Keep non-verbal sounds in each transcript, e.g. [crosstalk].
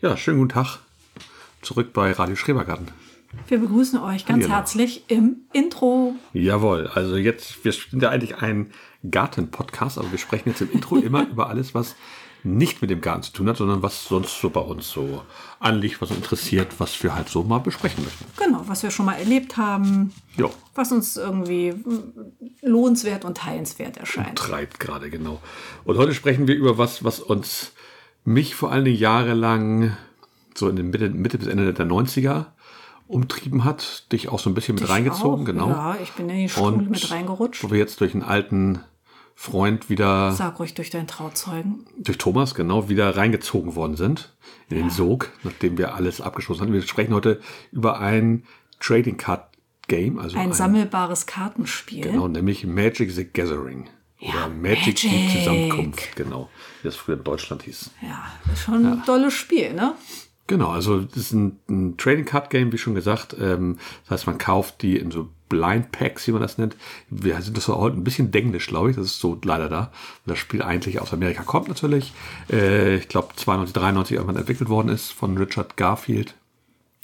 Ja, schönen guten Tag. Zurück bei Radio Schrebergarten. Wir begrüßen euch ganz Hallo. herzlich im Intro. Jawohl, also jetzt, wir sind ja eigentlich ein Garten-Podcast, aber wir sprechen jetzt im [laughs] Intro immer über alles, was nicht mit dem Garten zu tun hat, sondern was sonst so bei uns so anliegt, was uns interessiert, was wir halt so mal besprechen möchten. Genau, was wir schon mal erlebt haben, Ja, was uns irgendwie mm, lohnenswert und teilenswert erscheint. treibt gerade, genau. Und heute sprechen wir über was, was uns, mich vor allen Dingen jahrelang, so in den Mitte, Mitte bis Ende der 90er, umtrieben hat, dich auch so ein bisschen mit reingezogen, Auch, genau. Ja, ich bin in die Schule Und mit reingerutscht. wo wir jetzt durch einen alten Freund wieder, Sag ruhig durch deinen Trauzeugen. durch Thomas genau, wieder reingezogen worden sind in den Sog, nachdem wir alles abgeschlossen hatten. Wir sprechen heute über ein Trading Card Game, also Ein sammelbares Kartenspiel. genau, nämlich Magic the Gathering. oder Magic, Magic. die Zusammenkunft, genau, wie das früher in Deutschland hieß. Ja, ist schon ein tolles Spiel, ne? Genau, also das ist ein, ein Trading Card Game, wie schon gesagt. Ähm, das heißt, man kauft die in so Blind Packs, wie man das nennt. Wir sind das heute ein bisschen denglisch, glaube ich. Das ist so leider da. Das Spiel eigentlich aus Amerika kommt natürlich. Äh, ich glaube 92, 93 irgendwann entwickelt worden ist von Richard Garfield.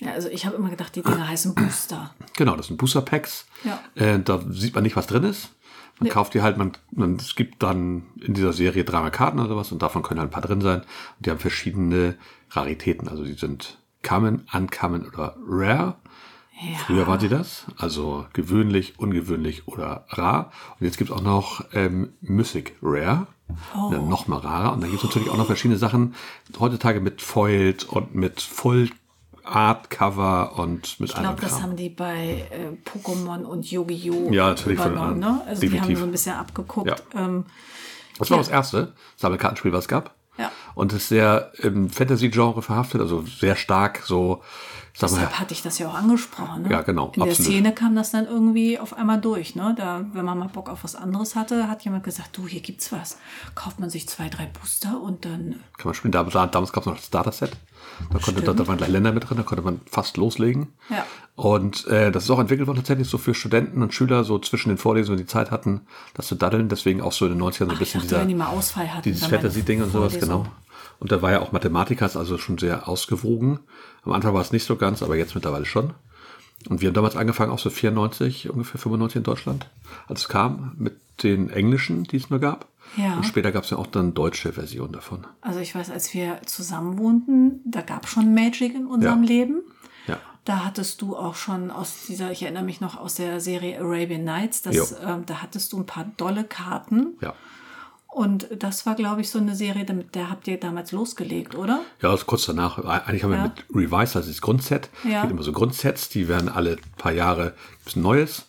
Ja, also ich habe immer gedacht, die Dinger heißen Booster. Genau, das sind Booster Packs. Ja. Äh, da sieht man nicht, was drin ist. Man kauft die halt, man, man, es gibt dann in dieser Serie dreimal Karten oder was und davon können halt ein paar drin sein. Und die haben verschiedene Raritäten. Also die sind Common, Uncommon oder Rare. Früher waren sie das, also gewöhnlich, ungewöhnlich oder rar. Und jetzt gibt es auch noch ähm, Mythic Rare, oh. dann nochmal rarer. Und dann gibt es natürlich auch noch verschiedene Sachen heutzutage mit Foiled und mit Full Art Cover und mit Ich glaube, anderem das Kram. haben die bei äh, Pokémon und Yu-Gi-Oh! Ja, natürlich von übernommen, anderen. ne? Also die Definitiv. haben so ein bisschen abgeguckt. Ja. Ähm, Das war das erste Sammelkartenspiel, was es gab. Ja. Und ist sehr im Fantasy-Genre verhaftet, also sehr stark so, sag mal, Deshalb hatte ich das ja auch angesprochen. Ne? Ja, genau, In der absolut. Szene kam das dann irgendwie auf einmal durch. Ne? Da, wenn man mal Bock auf was anderes hatte, hat jemand gesagt, du, hier gibt's was. Kauft man sich zwei, drei Booster und dann kann man spielen. Damals, damals gab es noch das Starter-Set. Da, konnte, da, da waren gleich Länder mit drin, da konnte man fast loslegen. Ja. Und äh, das ist auch entwickelt worden tatsächlich so für Studenten und Schüler, so zwischen den Vorlesungen, die Zeit hatten, das zu daddeln. Deswegen auch so in den 90ern so ein bisschen ich dachte, dieser... wenn die mal Ausfall hatten. Dieses dann bei der Fantasy-Ding und sowas, Vorlesung. genau. Und da war ja auch Mathematiker, ist also schon sehr ausgewogen. Am Anfang war es nicht so ganz, aber jetzt mittlerweile schon. Und wir haben damals angefangen, auch so 94, ungefähr 95 in Deutschland, als es kam, mit den englischen, die es nur gab. Ja. Und später gab es ja auch dann deutsche Version davon. Also ich weiß, als wir zusammen wohnten, da gab schon Magic in unserem Ja. Leben. Ja. Da hattest du auch schon aus dieser, ich erinnere mich noch aus der Serie Arabian Nights, das, Jo. ähm, da hattest du ein paar dolle Karten. Ja. Und das war, glaube ich, so eine Serie, damit, der habt ihr damals losgelegt, oder? Ja, das ist kurz danach. äh, Eigentlich haben wir Ja. mit Revise, also dieses Grundset. Ja. Es gibt immer so Grundsets, die werden alle paar Jahre gibt's ein neues.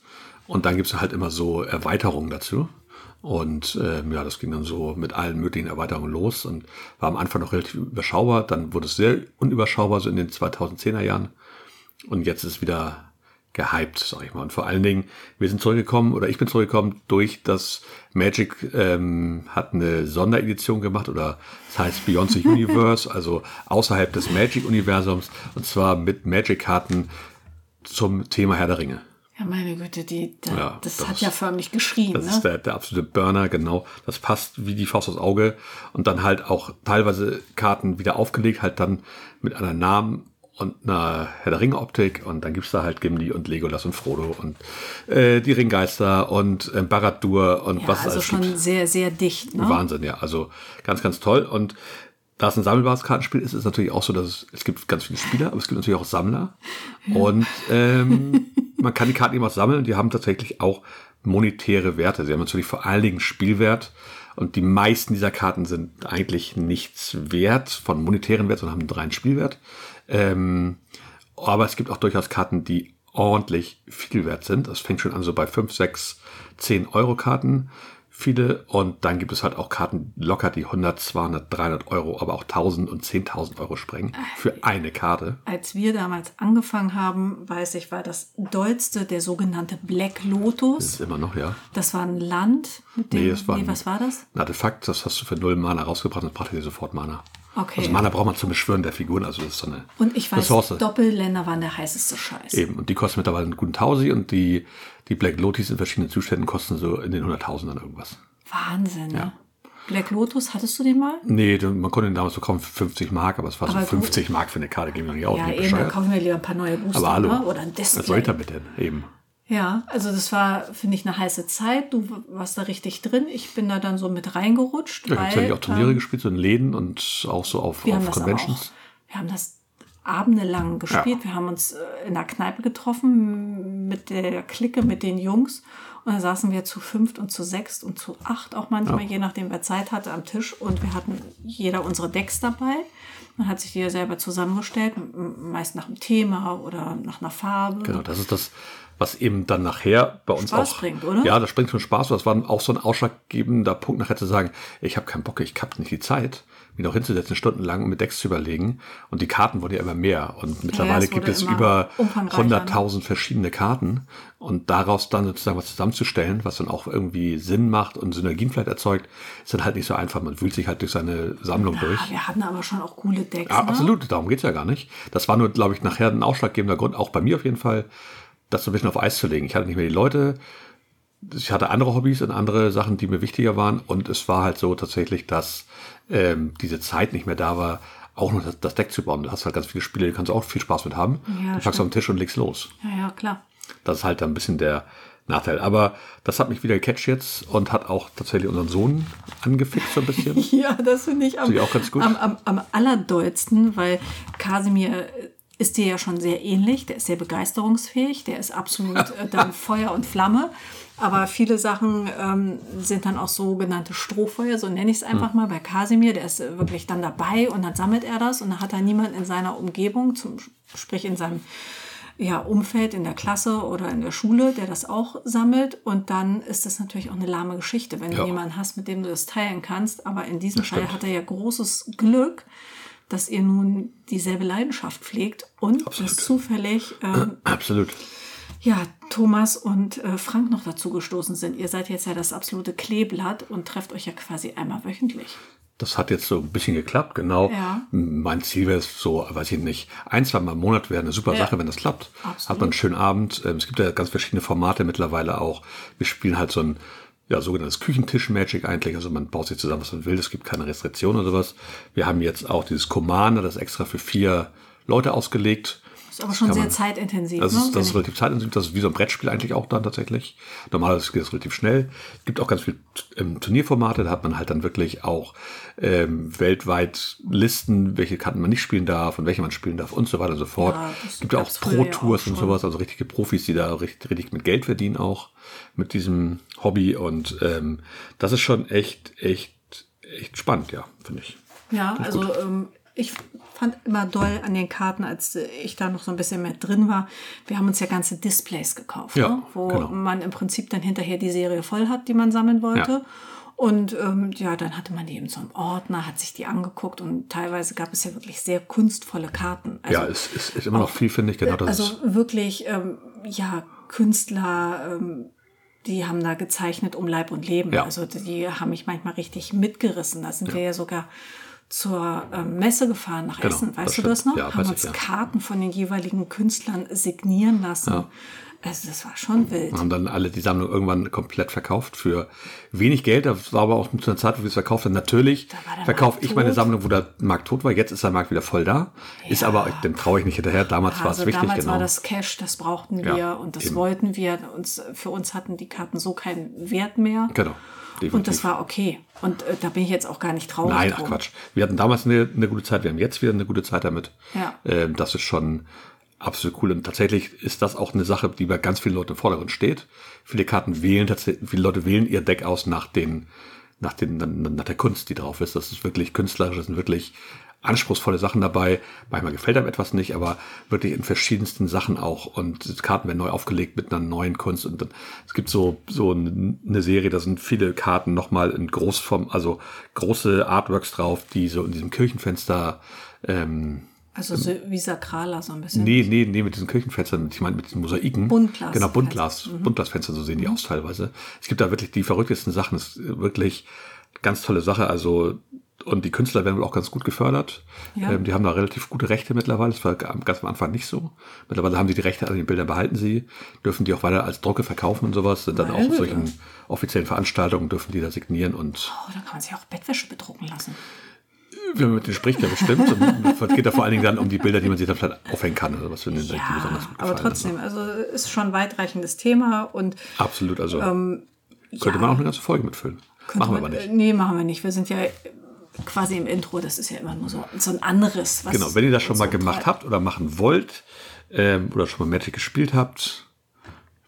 Und dann gibt es halt immer so Erweiterungen dazu. Und ähm, ja, das ging dann so mit allen möglichen Erweiterungen los und war am Anfang noch relativ überschaubar. Dann wurde es sehr unüberschaubar, so in den 2010er Jahren. Und jetzt ist es wieder gehypt, sag ich mal. Und vor allen Dingen, wir sind zurückgekommen, oder ich bin zurückgekommen, durch das Magic ähm, hat eine Sonderedition gemacht, oder das heißt Beyond the Universe, also außerhalb des Magic-Universums, und zwar mit Magic-Karten zum Thema Herr der Ringe. Ja, meine Güte, die, da, Ja, das, das hat ist- ja förmlich geschrien. Das Ne? ist der, der absolute Burner, genau. Das passt wie die Faust aufs Auge. Und dann halt auch teilweise Karten wieder aufgelegt, halt dann mit einer Namen und einer Herr der Ringe-Optik. Und dann gibt's da halt Gimli und Legolas und Frodo und äh, die Ringgeister und äh, Barad-dur und ja, was es also alles schon gibt. sehr, sehr dicht. Ne? Wahnsinn, ja. Also ganz, ganz toll. Und da es ein sammelbares Kartenspiel ist, ist es natürlich auch so, dass es, es gibt ganz viele Spieler, aber es gibt natürlich auch Sammler. Und ähm, man kann die Karten eben auch sammeln und die haben tatsächlich auch monetäre Werte. Sie haben natürlich vor allen Dingen Spielwert. Und die meisten dieser Karten sind eigentlich nichts wert von monetären Wert, sondern haben einen reinen Spielwert. Ähm, aber es gibt auch durchaus Karten, die ordentlich viel wert sind. Das fängt schon an so bei 5, 6, 10 Euro Karten, viele. Und dann gibt es halt auch Karten locker, die 100, 200, 300 Euro, aber auch 1000 und 10.000 Euro sprengen Ah, für eine Karte. Als wir damals angefangen haben, weiß ich, war das dollste der sogenannte Black Das Lotus. ist immer noch, ja. Das war ein Land, mit dem. Nee, das war ein- was war das? Ein Artefakt, das hast du für null Mana rausgebracht, das brachte dir sofort Mana. Okay. Also Mana braucht man zum Beschwören der Figuren, also das ist so eine Und ich weiß, Ressource. Doppelländer waren der heißeste Scheiß. Eben, und die kosten mittlerweile einen guten Tausi und die, die Black Lotis in verschiedenen Zuständen kosten so in den 100.000 irgendwas. Wahnsinn, ne? Black Lotus, hattest du den mal? Nee, du- man konnte ihn damals bekommen für 50 Mark, aber es war Aber so gut. 50 Mark für eine Karte, geben wir nicht auch ja, nicht eben, da bescheuert. kaufen wir lieber ein paar neue Booster Aber hallo, ne? oder ein was soll Display. ich damit denn? Eben. Ja, also das war, finde ich, eine heiße Zeit. Du w- warst da richtig drin. Ich bin da dann so mit reingerutscht. Ja, ich habe weil, tatsächlich auch Turniere ähm, gespielt, so in Läden und auch so auf, wir auf haben das Conventions. Aber auch, wir haben das abendelang gespielt. Wir haben uns äh, in der Kneipe getroffen mit der Clique, mit den Jungs. Und dann saßen wir zu fünft und zu sechst und zu acht auch manchmal, je nachdem, wer Zeit hatte, am Tisch. Und wir hatten jeder unsere Decks dabei. Man hat sich die ja selber zusammengestellt, m- meist nach einem Thema oder nach einer Farbe. Genau, das ist das, was eben dann nachher bei uns ne? Spaß auch. bringt, oder? Ja, das bringt schon Spaß. Das war auch so ein ausschlaggebender Punkt, nachher zu sagen, ich habe keinen Bock, ich hab nicht die Zeit, mich noch hinzusetzen, stundenlang, um mit Decks zu überlegen. Und die Karten wurden ja immer mehr. Und mittlerweile es gibt wurde es immer über umfangreicher, ne? 100.000 verschiedene Karten. Und daraus dann sozusagen was zusammenzustellen, was dann auch irgendwie Sinn macht und Synergien vielleicht erzeugt, ist dann halt nicht so einfach. Man wühlt sich halt durch seine Sammlung durch. Ah, wir hatten aber schon auch coole Decks. Ja, ne? absolut, darum geht's ja gar nicht. Das war nur, glaube ich, nachher ein ausschlaggebender Grund, auch bei mir auf jeden Fall, das so ein bisschen auf Eis zu legen. Ich hatte nicht mehr die Leute, ich hatte andere Hobbys und andere Sachen, die mir wichtiger waren. Und es war halt so tatsächlich, dass ähm, diese Zeit nicht mehr da war, auch noch das, das Deck zu bauen. Du hast halt ganz viele Spiele, da kannst du auch viel Spaß mit haben. Ja, du packst auf den Tisch und legst los. Ja, ja, klar. Das ist halt dann ein bisschen der Nachteil. Aber das hat mich wieder gecatcht jetzt und hat auch tatsächlich unseren Sohn angefixt so ein [laughs] bisschen. Ja, das finde ich am, Finde ich auch ganz gut. am, am, am allerdeutsten, weil Kasimir äh, ist dir ja schon sehr ähnlich. Der ist sehr begeisterungsfähig, der ist absolut [laughs] äh, dann Feuer und Flamme. Aber viele Sachen ähm, sind dann auch sogenannte Strohfeuer, so nenne ich es einfach Hm. mal bei Kasimir. Der ist äh, wirklich dann dabei und dann sammelt er das und dann hat er niemand in seiner Umgebung, zum, sprich in seinem ja, Umfeld in der Klasse oder in der Schule, der das auch sammelt. Und dann ist das natürlich auch eine lahme Geschichte, wenn Ja. du jemanden hast, mit dem du das teilen kannst. Aber in diesem Fall stimmt. hat er ja großes Glück, dass ihr nun dieselbe Leidenschaft pflegt und Absolut. dass zufällig ähm, Absolut. ja, Thomas und äh, Frank noch dazu gestoßen sind. Ihr seid jetzt ja das absolute Kleeblatt und trefft euch ja quasi einmal wöchentlich. Das hat jetzt so ein bisschen geklappt, genau. Ja. Mein Ziel wäre es so, weiß ich nicht, ein, zwei Mal im Monat wäre eine super Ja. Sache, wenn das klappt. Absolut. Hat man einen schönen Abend. Ähm, Es gibt ja ganz verschiedene Formate mittlerweile auch. Wir spielen halt so ein ja, sogenanntes Küchentisch-Magic eigentlich. Also man baut sich zusammen, was man will. Es gibt keine Restriktion oder sowas. Wir haben jetzt auch dieses Commander, das extra für vier Leute ausgelegt. Ist aber schon kann sehr man- zeitintensiv. Das ne? ist, Wenn das ist relativ zeitintensiv, das ist wie so ein Brettspiel eigentlich auch dann tatsächlich. Normalerweise geht es relativ schnell. Es gibt auch ganz viel ähm, Turnierformate, da hat man halt dann wirklich auch ähm, weltweit Listen, welche Karten man nicht spielen darf und welche man spielen darf und so weiter und so fort. Ja, das es gibt ja auch gab's früher ja Pro-Tours auch und schon. sowas, also richtige Profis, die da richtig, richtig mit Geld verdienen auch mit diesem Hobby und ähm, das ist schon echt, echt, echt spannend, ja, finde ich. Ja, also ähm, ich fand immer doll an den Karten, als äh, ich da noch so ein bisschen mehr drin war. Wir haben uns ja ganze Displays gekauft, Ja, ne? wo genau. man im Prinzip dann hinterher die Serie voll hat, die man sammeln wollte. Ja. Und ähm, ja, dann hatte man die eben so im Ordner, hat sich die angeguckt und teilweise gab es ja wirklich sehr kunstvolle Karten. Also, ja, es ist, ist immer noch viel, finde ich, genau das also ist. wirklich, ähm, ja, Künstler, ähm, die haben da gezeichnet um Leib und Leben. Ja. Also die haben mich manchmal richtig mitgerissen. Da sind wir ja sogar zur ähm, Messe gefahren nach Genau, Essen, weißt das du stimmt. das noch? Ja, weiß haben ich, uns ja. Karten von den jeweiligen Künstlern signieren lassen. Also das war schon wild. Und haben dann alle die Sammlung irgendwann komplett verkauft für wenig Geld. Das war aber auch zu einer Zeit, wo wir es verkauft haben. Natürlich war der verkaufe Markt ich meine tot. Sammlung, wo der Markt tot war. Jetzt ist der Markt wieder voll da. Ist aber, dem traue ich nicht hinterher. Damals war also es wichtig, damals genau. war das Cash, das brauchten wir Ja, und das eben. wollten wir. Uns, für uns hatten die Karten so keinen Wert mehr. genau. Definitiv. Und das war okay. Und äh, da bin ich jetzt auch gar nicht traurig Nein, ach drum. Quatsch. Wir hatten damals eine, eine gute Zeit, wir haben jetzt wieder eine gute Zeit damit. Ja. Ähm, das ist schon absolut cool. Und tatsächlich ist das auch eine Sache, die bei ganz vielen Leuten im Vordergrund steht. Viele Karten wählen tatsächlich, viele Leute wählen ihr Deck aus nach den, nach den, nach der Kunst, die drauf ist. Das ist wirklich künstlerisch, das sind wirklich anspruchsvolle Sachen dabei. Manchmal gefällt einem etwas nicht, aber wirklich in verschiedensten Sachen auch. Und die Karten werden neu aufgelegt mit einer neuen Kunst. Und dann, es gibt so, so eine Serie, da sind viele Karten nochmal in Großform, also große Artworks drauf, die so in diesem Kirchenfenster, ähm, Also so wie sakraler so ein bisschen. Nee, nee, nee, mit diesen Kirchenfenstern, ich meine mit diesen Mosaiken. Buntglas. mhm. Genau, Buntglas. Buntglasfenster, so sehen die aus teilweise. Es gibt da wirklich die verrücktesten Sachen. Es ist wirklich ganz tolle Sache. Also Und die Künstler werden wohl auch ganz gut gefördert. Ja. Ähm, die haben da relativ gute Rechte mittlerweile. Das war am- ganz am Anfang nicht so. Mittlerweile haben die die Rechte an den Bildern behalten sie, dürfen die auch weiter als Drucke verkaufen und sowas. Sind dann auch auf Meine solchen offiziellen Veranstaltungen, dürfen die da signieren. Und Oh, dann kann man sich auch Bettwäsche bedrucken lassen. wenn man mit denen spricht, ja bestimmt. Und [laughs] geht da vor allen Dingen dann um die Bilder, die man sich dann vielleicht aufhängen kann oder was, wenn denen die besonders gut gefallen. aber trotzdem, also ist schon ein weitreichendes Thema und Absolut. Also Ähm, könnte man auch eine ganze Folge mitfüllen. Machen wir aber nicht. Äh, Nee, machen wir nicht. Wir sind ja äh, quasi im Intro, das ist ja immer nur so, so ein anderes. Was Genau, wenn ihr das schon uns mal so gemacht treibt. habt oder machen wollt ähm, oder schon mal Magic gespielt habt,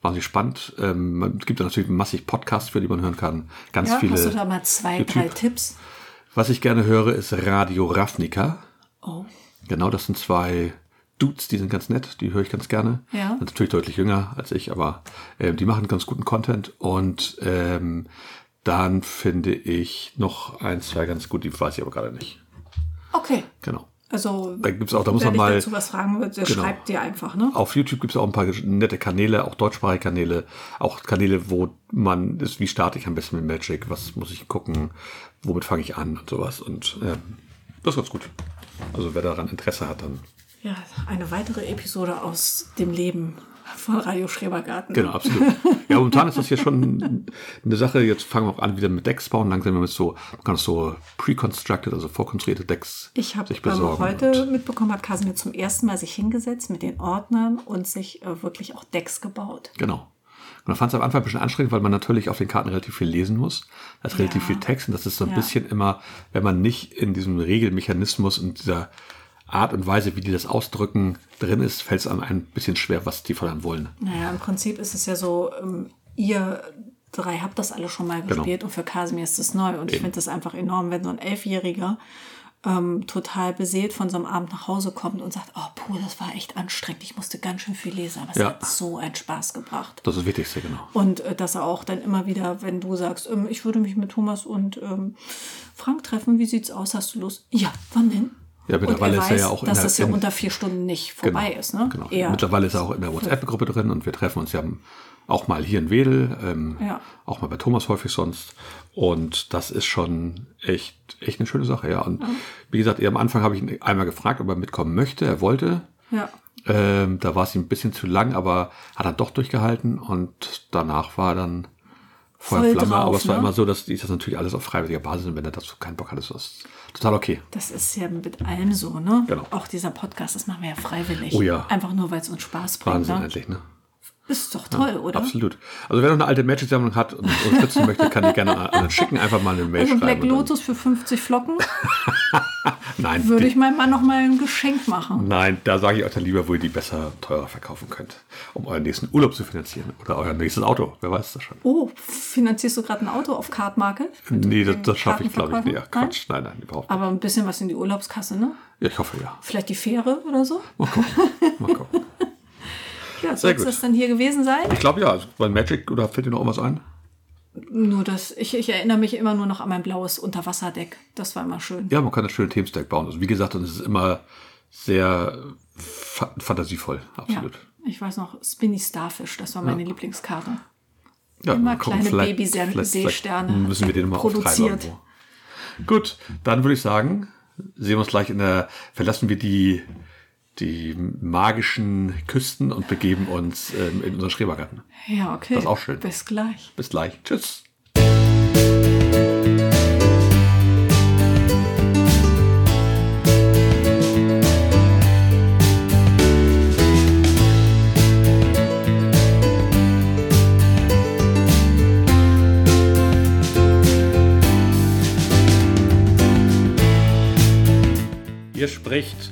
war nicht spannend. Ähm, man- es gibt da natürlich massig Podcasts, für die man hören kann. Ganz Ja, hast du da viele. mal zwei, YouTube. drei Tipps? Was ich gerne höre, ist Radio Ravnica. Oh, Genau, das sind zwei Dudes, die sind ganz nett, die höre ich ganz gerne. Ja. Sind natürlich deutlich jünger als ich, aber ähm, die machen ganz guten Content. Und ähm, dann finde ich noch ein, zwei ganz gut, die weiß ich aber gerade nicht. okay. Genau. Also, Da gibt's auch, da muss wenn man mal. ich dazu was fragen würde, der Genau. schreibt dir einfach, ne? Auf YouTube gibt es auch ein paar nette Kanäle, auch deutschsprachige Kanäle, auch Kanäle, wo man ist, wie starte ich am besten mit Magic, was muss ich gucken, womit fange ich an und sowas. Und ähm, das ist ganz gut. Also wer daran Interesse hat, dann Ja, eine weitere Episode aus dem Leben von Radio Schrebergarten. Genau, [laughs] absolut. Ja, momentan ist das hier schon eine Sache. Jetzt fangen wir auch an, wieder mit Decks bauen. Langsam mit so, man kann das so pre-constructed, also vorkonstruierte Decks Ich habe sich ähm, besorgen. heute Und mitbekommen, hat Casimir zum ersten Mal sich hingesetzt mit den Ordnern und sich äh, wirklich auch Decks gebaut. Genau. Und man fand es am Anfang ein bisschen anstrengend, weil man natürlich auf den Karten relativ viel lesen muss. Da ist relativ Ja. viel Text und das ist so ein Ja. bisschen immer, wenn man nicht in diesem Regelmechanismus und dieser Art und Weise, wie die das ausdrücken, drin ist, fällt es einem ein bisschen schwer, was die von einem wollen. Naja, im Prinzip ist es ja so, ähm, ihr drei habt das alle schon mal Genau. gespielt und für Kasimir ist das neu. Und ich finde das einfach enorm, wenn so ein Elfjähriger ähm, total beseelt von so einem Abend nach Hause kommt und sagt, oh puh, das war echt anstrengend, ich musste ganz schön viel lesen, aber es Ja. hat so einen Spaß gebracht. Das ist das Wichtigste, genau. Und äh, dass er auch dann immer wieder, wenn du sagst, ähm, ich würde mich mit Thomas und ähm, Frank treffen, wie sieht's aus, hast du Lust? Ja, wann denn? Ja, mittlerweile und ist er ja auch in dass der- das ja in- unter vier Stunden nicht vorbei ist, ne? Genau. Eher. Mittlerweile ist er auch in der WhatsApp-Gruppe drin und wir treffen uns ja auch mal hier in Wedel, ähm, Ja. auch mal bei Thomas häufig sonst. Und das ist schon echt, echt eine schöne Sache, ja. Und wie gesagt, eher am Anfang habe ich ihn einmal gefragt, ob er mitkommen möchte. Er wollte. Ja. Ähm, da war es ihm ein bisschen zu lang, aber hat er doch durchgehalten und danach war er dann Feuer und Voll Flamme. drauf, aber es war ne? immer so, dass die das natürlich alles auf freiwilliger Basis und wenn er dazu keinen Bock hat, ist das total okay. Das ist ja mit allem so, ne? Genau. Auch dieser Podcast, das machen wir ja freiwillig. Oh ja. Einfach nur, weil es uns Spaß bringt. Wahnsinn Ne? endlich, ne? Ist doch toll, oder? Absolut. Also wer noch eine alte Magic-Sammlung hat und uns unterstützen möchte, kann die gerne an an uns schicken. Einfach mal eine Mail Also schreiben. Black und dann- Lotus für 50 Flocken Nein, würde die, ich meinem Mann noch mal ein Geschenk machen. nein, da sage ich euch dann lieber, wo ihr die besser teurer verkaufen könnt, um euren nächsten Urlaub zu finanzieren oder euer nächstes Auto. Wer weiß das schon. Oh, finanzierst du gerade ein Auto auf Kartmarke? Nee, das, das schaffe ich, glaube ich. Kartenverkäufen? Nee, ja, Quatsch. Nein, nein, überhaupt nicht. Aber ein bisschen was in die Urlaubskasse, ne? Ja, ich hoffe ja. Vielleicht die Fähre oder so? Mal gucken. Mal gucken. Ja, Sehr soll es gut. das dann hier gewesen sein? Ich glaube ja, also bei Magic oder fällt dir noch irgendwas ein? Nur das, ich, ich erinnere mich immer nur noch an mein blaues Unterwasserdeck. Das war immer schön. Ja, man kann das schöne Themenstack bauen. Also wie gesagt, und es ist immer sehr fa fantasievoll. Absolut. Ich weiß noch, Spinny Starfish, das war meine Lieblingskarte. Ja, Immer mal gucken, kleine vielleicht- Babysen- vielleicht- Seesterne vielleicht Müssen wir den mal produziert. produziert. Gut, dann würde ich sagen, sehen wir uns gleich in der. Verlassen wir die, die magischen Küsten und begeben uns ähm, in unseren Schrebergarten. Ja, okay. Das ist auch schön. Bis gleich. Bis gleich. Tschüss. Hier spricht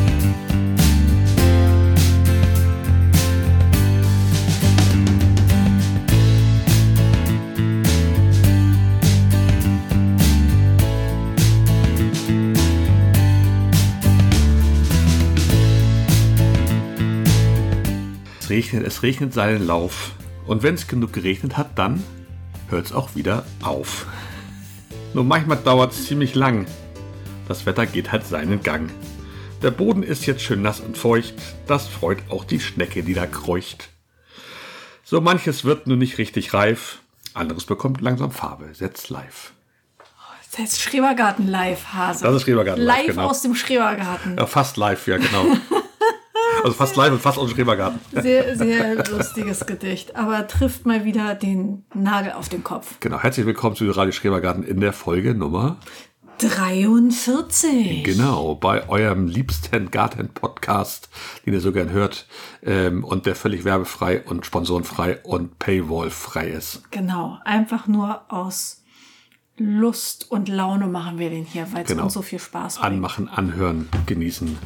Es regnet, es regnet seinen Lauf. Und wenn es genug geregnet hat, dann hört es auch wieder auf. Nur manchmal dauert es ziemlich lang. Das Wetter geht halt seinen Gang. Der Boden ist jetzt schön nass und feucht. Das freut auch die Schnecke, die da kreucht. So manches wird nun nicht richtig reif. Anderes bekommt langsam Farbe. Setzt live. Das heißt Schrebergarten live, Hase. Das ist Schrebergarten live, Live genau. aus dem Schrebergarten. Ja, fast live, ja, [laughs] genau. Also fast live und fast aus dem Schrebergarten. Sehr, sehr lustiges Gedicht. Aber trifft mal wieder den Nagel auf den Kopf. Genau. Herzlich willkommen zu Radio Schrebergarten in der Folge Nummer 43. Genau, bei eurem liebsten Garten-Podcast, den ihr so gern hört ähm, und der völlig werbefrei und sponsorenfrei und paywall-frei ist. Genau, einfach nur aus Lust und Laune machen wir den hier, weil es Genau. uns so viel Spaß macht. Anmachen, anhören, genießen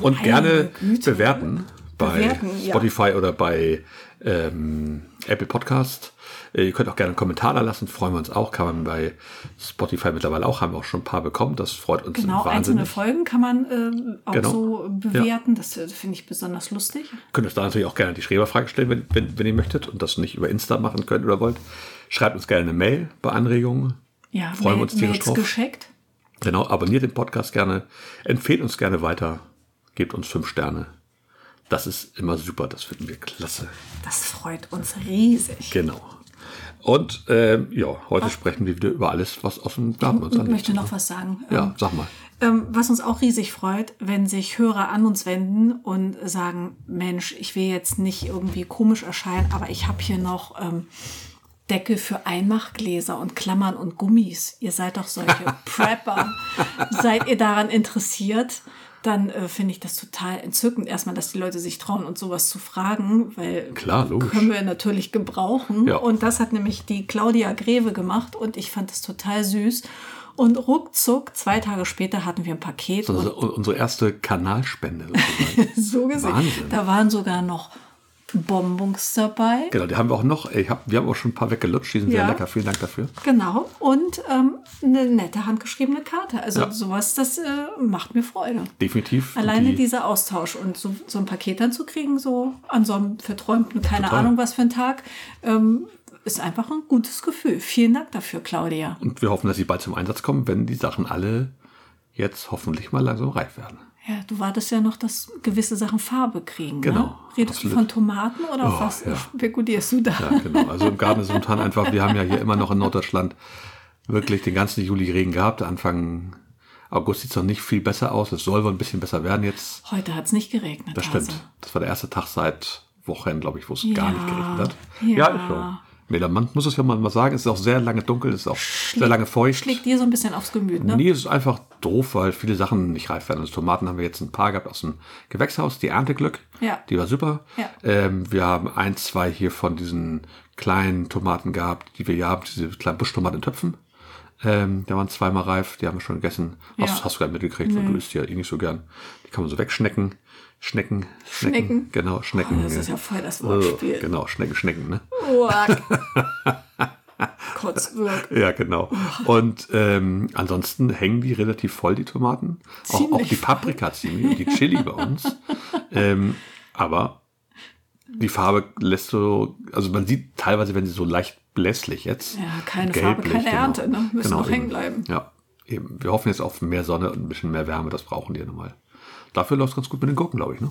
und Meine gerne Güte. bewerten bei Bewerten, ja. Spotify oder bei ähm, Apple Podcast. Äh, Ihr könnt auch gerne einen Kommentar da lassen, freuen wir uns auch. Kann man bei Spotify mittlerweile auch, haben wir auch schon ein paar bekommen. Das freut uns Genau, einzelne wahnsinnig. Folgen kann man ähm, auch Genau. so bewerten. Das äh, finde ich besonders lustig. könnt uns da natürlich auch gerne die Schreberfrage stellen, wenn, wenn, wenn ihr möchtet und das nicht über Insta machen könnt oder wollt. Schreibt uns gerne eine Mail bei Anregungen. Ja, Freuen wir uns tierisch Mails drauf. geschickt. Genau, abonniert den Podcast gerne, empfehlt uns gerne weiter, gebt uns fünf Sterne. Das ist immer super, das finden wir klasse. Das freut uns riesig. Genau. Und ähm, ja, heute sprechen wir wieder über alles, was aus dem Garten uns Ich anliegt. möchte noch was sagen. Ja, sag mal. Ähm, was uns auch riesig freut, wenn sich Hörer an uns wenden und sagen, Mensch, ich will jetzt nicht irgendwie komisch erscheinen, aber ich habe hier noch ähm, Deckel für Einmachgläser und Klammern und Gummis. Ihr seid doch solche Prepper. seid ihr daran interessiert? Dann äh, finde ich das total entzückend, erstmal, dass die Leute sich trauen, uns sowas zu fragen, weil Klar, logisch. können wir natürlich gebrauchen. Ja. Und das hat nämlich die Claudia Greve gemacht und ich fand das total süß. Und ruckzuck, zwei Tage später hatten wir ein Paket Das ist und unsere erste Kanalspende. [laughs] sozusagen. so gesehen, Wahnsinn. da waren sogar noch Bonbons dabei. genau, die haben wir auch noch. Ich hab, wir haben auch schon ein paar weggelutscht, die sind sehr Ja. lecker. Vielen Dank dafür. Genau. Und ähm, eine nette handgeschriebene Karte. Also Ja. sowas, das äh, macht mir Freude. Definitiv. Alleine die- dieser Austausch und so, so ein Paket dann zu kriegen, so an so einem verträumten, keine Total. Ahnung was für ein Tag, ähm, ist einfach ein gutes Gefühl. Vielen Dank dafür, Claudia. Und wir hoffen, dass sie bald zum Einsatz kommen, wenn die Sachen alle jetzt hoffentlich mal langsam reif werden. Ja, du wartest ja noch, dass gewisse Sachen Farbe kriegen. Ne? Genau, Redest absolut. du von Tomaten oder auf Oh, was ja. spekulierst du da? Ja, genau. Also im Garten ist momentan einfach, wir haben ja hier immer noch in Norddeutschland wirklich den ganzen Juli Regen gehabt. Anfang August sieht es noch nicht viel besser aus. Es soll wohl ein bisschen besser werden jetzt. Heute hat es nicht geregnet. Das Hase. stimmt. Das war der erste Tag seit Wochen, glaube ich, wo es gar nicht Also. Ja. geregnet hat. Ja. Ja, ist so. Mela, man muss es ja mal mal sagen, es ist auch sehr lange dunkel, es ist auch sehr lange feucht. Schlägt dir so ein bisschen aufs Gemüt, ne? Nee, es ist einfach doof, weil viele Sachen nicht reif werden. Also Tomaten haben wir jetzt ein paar gehabt aus dem Gewächshaus, die Ernteglück, Ja. die war super. Ja. Ähm, wir haben ein, zwei hier von diesen kleinen Tomaten gehabt, die wir hier haben, diese kleinen Buschtomaten in Töpfen. Ähm, da waren zweimal reif, die haben wir schon gegessen. Hast, Ja. hast du gar nicht mitgekriegt, weil du isst die ja eh nicht so gern. Die kann man so wegschnecken. Schnecken, Schnecken. Schnecken. Genau, Schnecken. Oh, Das ist ja voll das äh, Wortspiel. genau, Schnecken, Schnecken, ne? [laughs] Uack. Kotzwirk. Ja, genau. Und ähm, ansonsten hängen die relativ voll, die Tomaten. Auch, auch Ziemlich die Paprika ziemlich und die Chili bei uns. Ähm, aber die Farbe lässt so, also man sieht teilweise, wenn sie so leicht blässlich jetzt. genau. Ja, keine Farbe, keine Ernte, ne? Müssen noch hängen eben. bleiben. Ja, eben. Wir hoffen jetzt auf mehr Sonne und ein bisschen mehr Wärme, das brauchen die ja nochmal. Dafür läuft es ganz gut mit den Gurken, glaube ich, ne?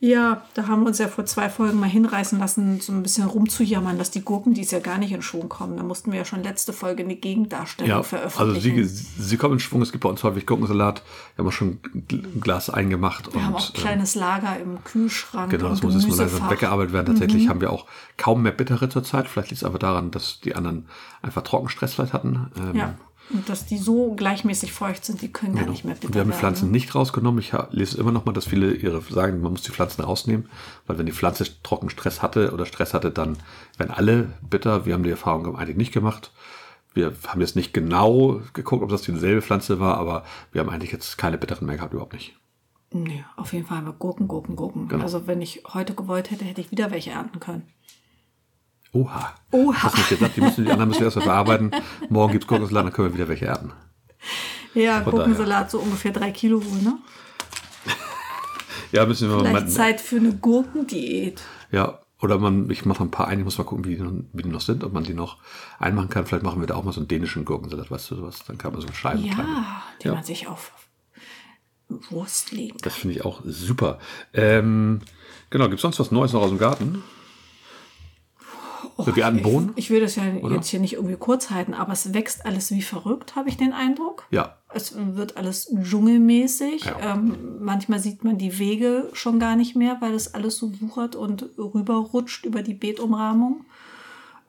Ja, da haben wir uns ja vor zwei Folgen mal hinreißen lassen, so ein bisschen rumzujammern, dass die Gurken dies ja gar nicht in Schwung kommen. Da mussten wir ja schon letzte Folge eine Gegendarstellung Ja, veröffentlichen. also sie, sie kommen in Schwung. Es gibt bei uns häufig Gurkensalat. Wir haben auch schon ein Glas eingemacht. wir und, haben auch ein ähm, kleines Lager im Kühlschrank. Genau, das Mhm, und muss jetzt mal langsam Gemüsefach. weggearbeitet werden. Mhm. Tatsächlich haben wir auch kaum mehr bittere zurzeit. Vielleicht liegt es einfach daran, dass die anderen einfach Trockenstress vielleicht hatten. Ähm, genau. Ja. Und dass die so gleichmäßig feucht sind, die können gar nicht mehr bitter Und wir haben die werden, ne? Pflanzen nicht rausgenommen. Ich ha- lese immer noch mal, dass viele ihre sagen, man muss die Pflanzen rausnehmen, weil wenn die Pflanze Trockenstress hatte oder Stress hatte, dann werden alle bitter. Wir haben die Erfahrung eigentlich nicht gemacht. Wir haben jetzt nicht genau geguckt, ob das dieselbe Pflanze war, aber wir haben eigentlich jetzt keine bitteren mehr gehabt, überhaupt nicht. Nee, auf jeden Fall haben wir Gurken, Gurken, Gurken. Genau. Also wenn ich heute gewollt hätte, hätte ich wieder welche ernten können. Oha. Oha. Das nicht gesagt. Die, müssen, die anderen müssen wir erst mal verarbeiten. Morgen gibt es Gurkensalat, dann können wir wieder welche ernten. Ja, Von Gurkensalat, so ungefähr drei Kilo wohl, ne? Ja, müssen wir Vielleicht mal. Zeit für eine Gurkendiät. Ja, oder man, ich mache ein paar ein, ich muss mal gucken, wie die, noch- wie die noch sind, ob man die noch einmachen kann. Vielleicht machen wir da auch mal so einen dänischen Gurkensalat, weißt du sowas? Dann kann man so Scheiben Ja, dran. die Ja. man sich auf Wurst legen. Das finde ich auch super. Ähm, genau, gibt es sonst was Neues noch aus dem Garten? Oh, Wir hatten ich- Bohnen? Ich will das ja Oder? jetzt hier nicht irgendwie kurz halten, aber es wächst alles wie verrückt, habe ich den Eindruck. Ja. Es wird alles dschungelmäßig. Ja. Ähm, manchmal sieht man die Wege schon gar nicht mehr, weil es alles so wuchert und rüberrutscht über die Beetumrahmung.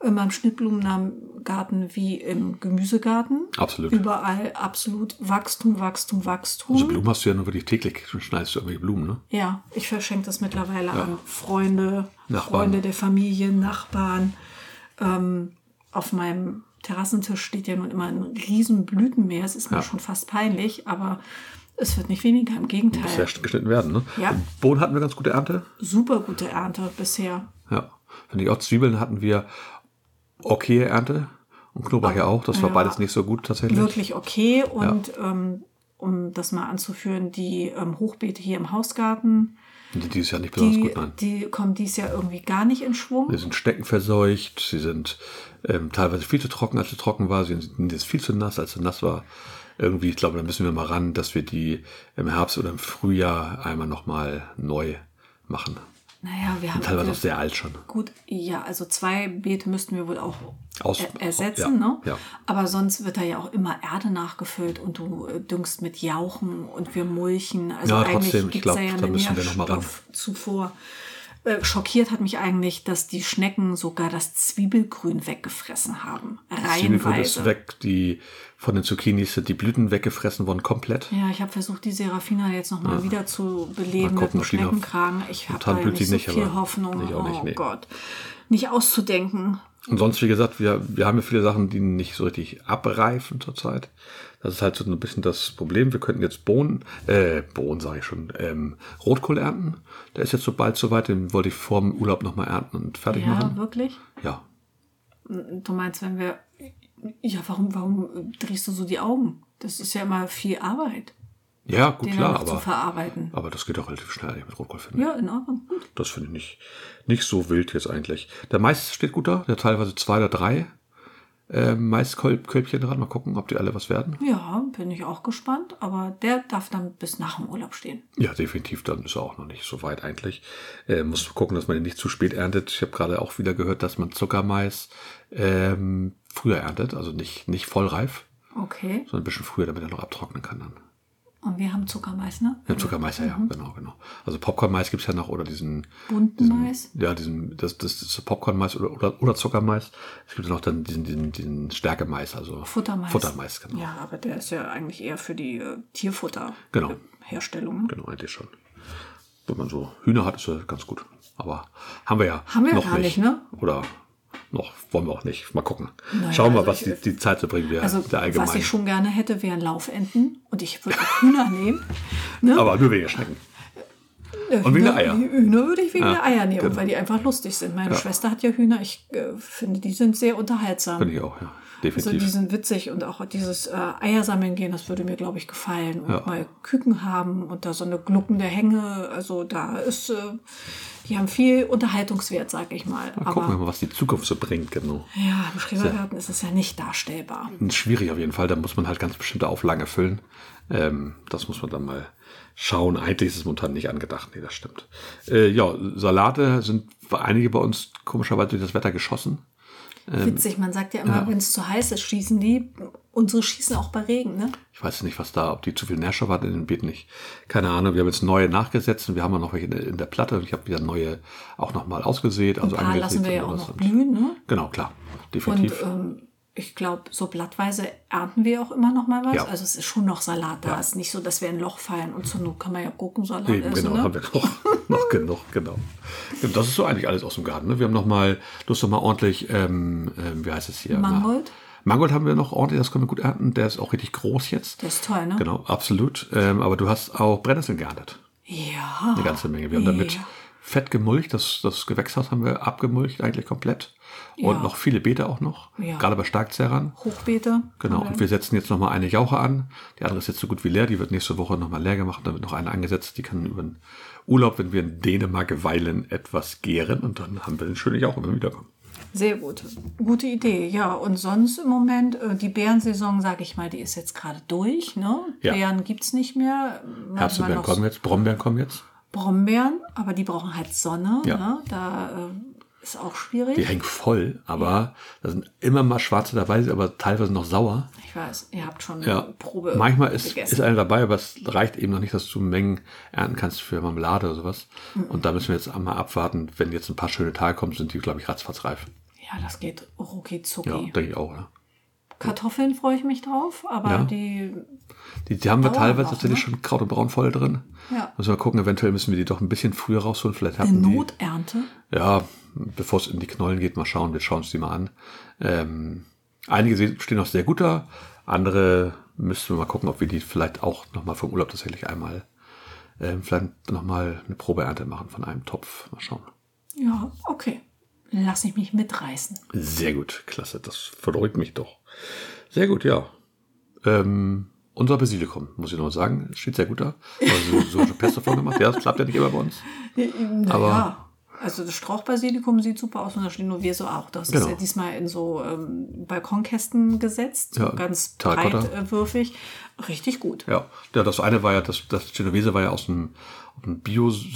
Ähm, In meinem Schnittblumengarten wie im Gemüsegarten. Absolut. Überall absolut Wachstum, Wachstum, Wachstum. Also Blumen hast du ja nur wirklich täglich. Schon schneidest du irgendwelche Blumen, ne? Ja, ich verschenke das mittlerweile an Freunde, Nachbarn. Freunde der Familie, Nachbarn. Ähm, auf meinem Terrassentisch steht ja nun immer ein riesen Blütenmeer. Es ist mir Ja. schon fast peinlich, aber es wird nicht weniger. Im Gegenteil, Muss ja geschnitten werden, ne? Äh. Ja. Bohnen hatten wir ganz gute Ernte. super gute Ernte bisher. Ja. Finde ich auch. Zwiebeln hatten wir okay Ernte. Und Knoblauch ja auch. Das war Ah. Ja. beides nicht so gut tatsächlich. Wirklich okay. Und ähm, um das mal anzuführen, die ähm, Hochbeete hier im Hausgarten, Die dieses Jahr nicht besonders die, gut, nein. die kommen dies Jahr irgendwie gar nicht in Schwung. Sie sind steckenverseucht, sie sind ähm, teilweise viel zu trocken, als sie trocken war, sie sind jetzt viel zu nass, als sie nass war. Irgendwie, ich glaube, da müssen wir mal ran, dass wir die im Herbst oder im Frühjahr einmal nochmal neu machen. Naja, wir haben Teilweise wir- auch sehr alt schon. Gut, ja, also zwei Beete müssten wir wohl auch Aus- er ersetzen, ja, ne? ja. Aber sonst wird da ja auch immer Erde nachgefüllt und du äh, düngst mit Jauchen und wir mulchen. Also Ja, eigentlich trotzdem, ich gibt's glaub, da ja da einen müssen wir noch mal ran. Nährstoff zuvor. Äh, Schockiert hat mich eigentlich, dass die Schnecken sogar das Zwiebelgrün weggefressen haben. Zwiebelgrün ist Reihenweise. weg, die von den Zucchinis sind die Blüten weggefressen worden, komplett. Ja, ich habe versucht, die Serafina jetzt nochmal wieder zu Mal beleben mit gucken, einem ob die noch- Schneckenkragen. Ich habe da Momentan ja blüht nicht sie so nicht, viel aber Hoffnung. ich auch nicht, oh nee. Gott. Nicht auszudenken. Und sonst, wie gesagt, wir, wir haben ja viele Sachen, die nicht so richtig abreifen zurzeit. Das ist halt so ein bisschen das Problem. Wir könnten jetzt Bohnen, äh, Bohnen sage ich schon, ähm, Rotkohl ernten. Der ist jetzt so bald soweit, den wollte ich vor dem Urlaub nochmal ernten und fertig Ja, machen. wirklich? Ja. Du meinst, wenn wir. Ja, warum, warum drehst du so die Augen? Das ist ja immer viel Arbeit, Ja, gut, den dann klar, noch zu aber, verarbeiten. aber das geht auch relativ schnell eigentlich mit Rotkohl, finde ich. Ja, in Ordnung. Gut. Das finde ich nicht, nicht so wild jetzt eigentlich. Der Mais steht gut da, der hat teilweise zwei oder drei äh, Maiskölbchen dran. Mal gucken, ob die alle was werden. Ja, bin ich auch gespannt, aber der darf dann bis nach dem Urlaub stehen. Ja, definitiv, dann ist er auch noch nicht so weit eigentlich. Äh, muss gucken, dass man den nicht zu spät erntet. Ich habe gerade auch wieder gehört, dass man Zuckermais ähm, früher erntet, also nicht, nicht vollreif, Okay. sondern ein bisschen früher, damit er noch abtrocknen kann dann. Und wir haben Zuckermais, ne? Ja, Zuckermais, ja, ja, genau, genau. Also Popcornmais gibt's ja noch oder diesen, Bunten Mais. ja, diesen, das, das ist Popcornmais oder, oder, oder Zuckermais. Es gibt ja noch dann diesen, diesen, diesen Stärkemais, also Futtermais. Futtermais, genau. Ja, aber der ist ja eigentlich eher für die äh, Genau. Tierfutterherstellung. ne? Genau, eigentlich schon. Wenn man so Hühner hat, ist ja ganz gut. Aber haben wir ja Haben wir ja noch gar nicht, ne? Oder noch wollen wir auch nicht. Mal gucken. Naja, Schauen wir, also was ich- die, die Zeit so bringt. Wir Also, der was allgemeinen. ich schon gerne hätte, wären Laufenten. Und ich würde auch Hühner [laughs] nehmen. Ne? Aber nur wegen der Schnecken. Und wegen Hühner, der Eier. die Hühner würde ich wegen Ja, der Eier nehmen, genau. weil die einfach lustig sind. Meine Schwester hat ja Hühner. Ich äh, finde, die sind sehr unterhaltsam. Finde ich auch, ja. also Definitiv. die sind witzig und auch dieses äh, Eiersammeln gehen, das würde mir, glaube ich, gefallen. Und Ja. mal Küken haben und da so eine gluckende Hänge. Also da ist, äh, die haben viel Unterhaltungswert, sag ich mal. Mal gucken wir Aber mal, was die Zukunft so bringt. Genau. ja, im Schrebergarten ist es ja nicht darstellbar. Schwierig auf jeden Fall. Da muss man halt ganz bestimmte Auflagen erfüllen. Ähm, das muss man dann mal schauen. Eigentlich ist es momentan nicht angedacht. Nee, das stimmt. Äh, ja, Salate sind einige bei uns komischerweise durch das Wetter geschossen. Ähm, Witzig, man sagt ja immer, wenn es zu heiß ist, schießen die. Unsere schießen auch bei Regen, ne? Ich weiß nicht, was da, ob die zu viel Nährstoffe hat in den Beeten nicht. Keine Ahnung. Wir haben jetzt neue nachgesetzt und wir haben auch noch welche in der- in der Platte und ich habe wieder neue auch nochmal ausgesät. Also Ein paar lassen wir ja auch noch angesät und blühen, ne? alles. Genau, klar. Und Definitiv. ähm, ich glaube, so blattweise ernten wir auch immer noch mal was. Ja. Also es ist schon noch Salat da. Es ist nicht so, dass wir in ein Loch fallen. Und zur Not kann man ja Gurkensalat Eben, essen. genau, ne? haben wir noch, [laughs] noch genug, genau. Ja, Das ist so eigentlich alles aus dem Garten. Ne? Wir haben nochmal, du hast nochmal ordentlich, ähm, ähm, wie heißt es hier? Mangold? Na, Mangold haben wir noch ordentlich, das können wir gut ernten. Der ist auch richtig groß jetzt. Das ist toll, ne? Genau, absolut. Ähm, aber du hast auch Brennnesseln geerntet. Ja. Eine ganze Menge. Wir haben damit Ja. fett gemulcht, das, das Gewächshaus haben wir abgemulcht eigentlich komplett. Und Ja. noch viele Beete auch noch, Ja. gerade bei Starkzerrern. Hochbeete. Genau, haben und wir setzen jetzt nochmal eine Jauche an. Die andere ist jetzt so gut wie leer, die wird nächste Woche nochmal leer gemacht. Dann wird noch eine angesetzt, die kann über den Urlaub, wenn wir in Dänemark weilen, etwas gären. Und dann haben wir eine schöne Jauche, wenn wir wiederkommen. wir. Sehr gut. Gute Idee, ja. Und sonst im Moment, äh, die Bärensaison, sage ich mal, die ist jetzt gerade durch. Ne? Ja. Bären gibt es nicht mehr. Manchmal Herbstbeeren noch kommen jetzt, Brombeeren kommen jetzt. Brombeeren, aber die brauchen halt Sonne. Ja. Ne? Da äh, ist auch schwierig. Die hängen voll, aber da sind immer mal schwarze dabei, sind aber teilweise noch sauer. Ich weiß, ihr habt schon Ja. Probe. Manchmal ist, gegessen. ist einer dabei, aber es reicht eben noch nicht, dass du Mengen ernten kannst für Marmelade oder sowas. Mhm. Und da müssen wir jetzt einmal abwarten. Wenn jetzt ein paar schöne Tage kommen, sind die, glaube ich, ratzfatz reif. Ja, das geht rucki zucki. Ja, denke ich auch, oder? Kartoffeln freue ich mich drauf, aber Ja. die, Die, die haben wir Dauern teilweise auch, tatsächlich ne? schon Kraut und Braun voll drin. Ja. Müssen wir gucken, eventuell müssen wir die doch ein bisschen früher rausholen. Vielleicht die hatten die. Noternte. Ja, bevor es in die Knollen geht, mal schauen. Wir schauen uns die mal an. Ähm, einige se- stehen noch sehr gut da. Andere müssen wir mal gucken, ob wir die vielleicht auch nochmal vom Urlaub tatsächlich einmal, ähm, vielleicht nochmal eine Probeernte machen von einem Topf. Mal schauen. Ja, okay. Lass ich mich mitreißen. Sehr gut, klasse. Das freut mich doch. Sehr gut, ja. Ähm, unser Basilikum, muss ich noch mal sagen, steht sehr gut da. Also, so schon Pesto von gemacht. Ja, das klappt ja nicht immer bei uns. Na Aber- ja. Also das Strauchbasilikum sieht super aus und da stehen nur wir so auch. Das Genau. ist ja diesmal in so ähm, Balkonkästen gesetzt, Ja, so ganz Terrakotta. breitwürfig. Richtig gut. Ja, ja, das eine war ja, das, das Genovese war ja aus dem, aus dem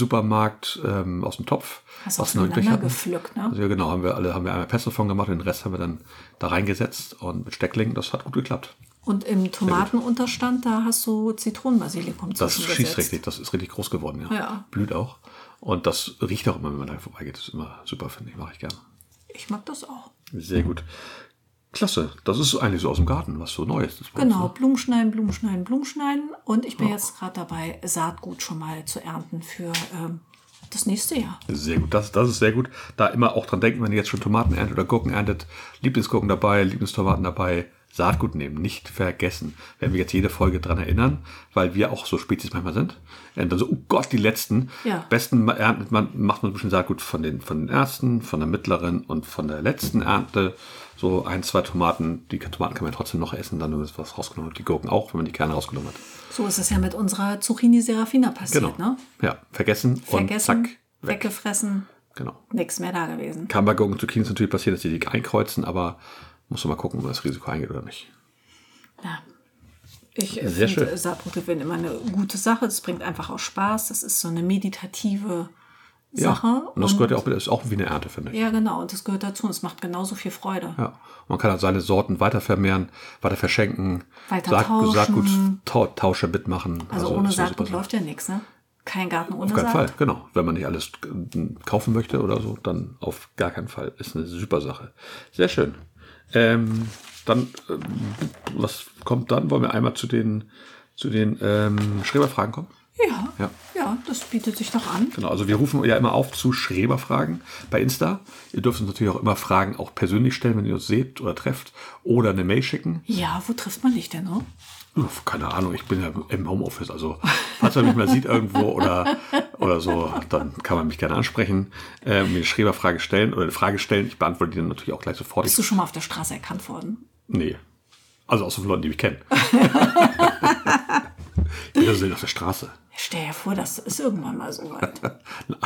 Bio-Supermarkt, ähm, aus dem Topf. Hast du was wir noch übrig auseinander hatten. gepflückt, ne? Also, ja, genau, haben wir alle, haben wir einmal Pesto von gemacht und den Rest haben wir dann da reingesetzt und mit Stecklingen, das hat gut geklappt. Und im Tomatenunterstand, da hast du Zitronenbasilikum Das schießt zwischengesetzt. richtig, das ist richtig groß geworden, ja. Ja. Blüht auch. Und das riecht auch immer, wenn man da vorbeigeht. Das ist immer super, finde ich, mache ich gerne. Ich mag das auch. Sehr gut. Klasse, das ist eigentlich so aus dem Garten, was so Neues. Das war Genau, Blumen schneiden, Blumen schneiden, Blumen schneiden. Und ich bin jetzt gerade dabei, Saatgut schon mal zu ernten für ähm, das nächste Jahr. Sehr gut, das, das ist sehr gut. Da immer auch dran denken, wenn ihr jetzt schon Tomaten erntet oder Gurken erntet, Lieblingsgurken dabei, Lieblingstomaten dabei, Saatgut nehmen, nicht vergessen. Werden wir jetzt jede Folge dran erinnern, weil wir auch so Spezies manchmal sind. Und dann so, oh Gott, die letzten. Ja. Besten ma- erntet man, macht man ein bisschen Saatgut von den, von den ersten, von der mittleren und von der letzten Ernte. So ein, zwei Tomaten. Die Tomaten kann man trotzdem noch essen, dann nur das, was rausgenommen hat. Die Gurken auch, wenn man die Kerne rausgenommen hat. So ist es ja mit unserer Zucchini Serafina passiert, ne? Ja, vergessen, und Vergessen, zack, Genau. weg. weggefressen, Genau. nichts mehr da gewesen. kann bei Gurken Zucchinis natürlich passieren, dass die die einkreuzen, aber muss man mal gucken, ob man das Risiko eingeht oder nicht. Ja. Ich Sehr Sehr schön. finde Saatgutgewinn immer eine gute Sache. Das bringt einfach auch Spaß. Das ist so eine meditative Sache. Ja. Und das gehört ja auch, ist auch wie eine Ernte, finde ich. Ja. ja, genau. Und das gehört dazu. Und es macht genauso viel Freude. Man kann halt seine Sorten weiter vermehren, weiter verschenken, Weiter Saat- tauschen. Saatguttausche mitmachen. Also, das ohne ist eine super Saatgut Sache. läuft ja nichts, ne? Kein Garten ohne Auf keinen Saat. Fall, genau. Wenn man nicht alles äh, kaufen möchte oder so, dann auf gar keinen Fall. Ist eine super Sache. Sehr schön. Ähm, dann, ähm, was kommt dann? Wollen wir einmal zu den, zu den ähm, Schreberfragen kommen? Ja. Ja. ja. das bietet sich doch an. Genau, also wir rufen ja immer auf zu Schreberfragen bei Insta. Ihr dürft uns natürlich auch immer Fragen auch persönlich stellen, wenn ihr uns seht oder trefft oder eine Mail schicken. Ja, wo trifft man dich denn, ne? Uff, keine Ahnung, ich bin ja im Homeoffice, also falls man mich mal sieht irgendwo oder, oder so, dann kann man mich gerne ansprechen, äh, mir eine Schreberfrage stellen oder eine Frage stellen. Ich beantworte die dann natürlich auch gleich sofort. Bist du schon mal auf der Straße erkannt worden? Nee. Also außer von Leuten, die mich kennen. [laughs] ich bin ja so auf der Straße. Stell dir vor, das ist irgendwann mal so [laughs] weit.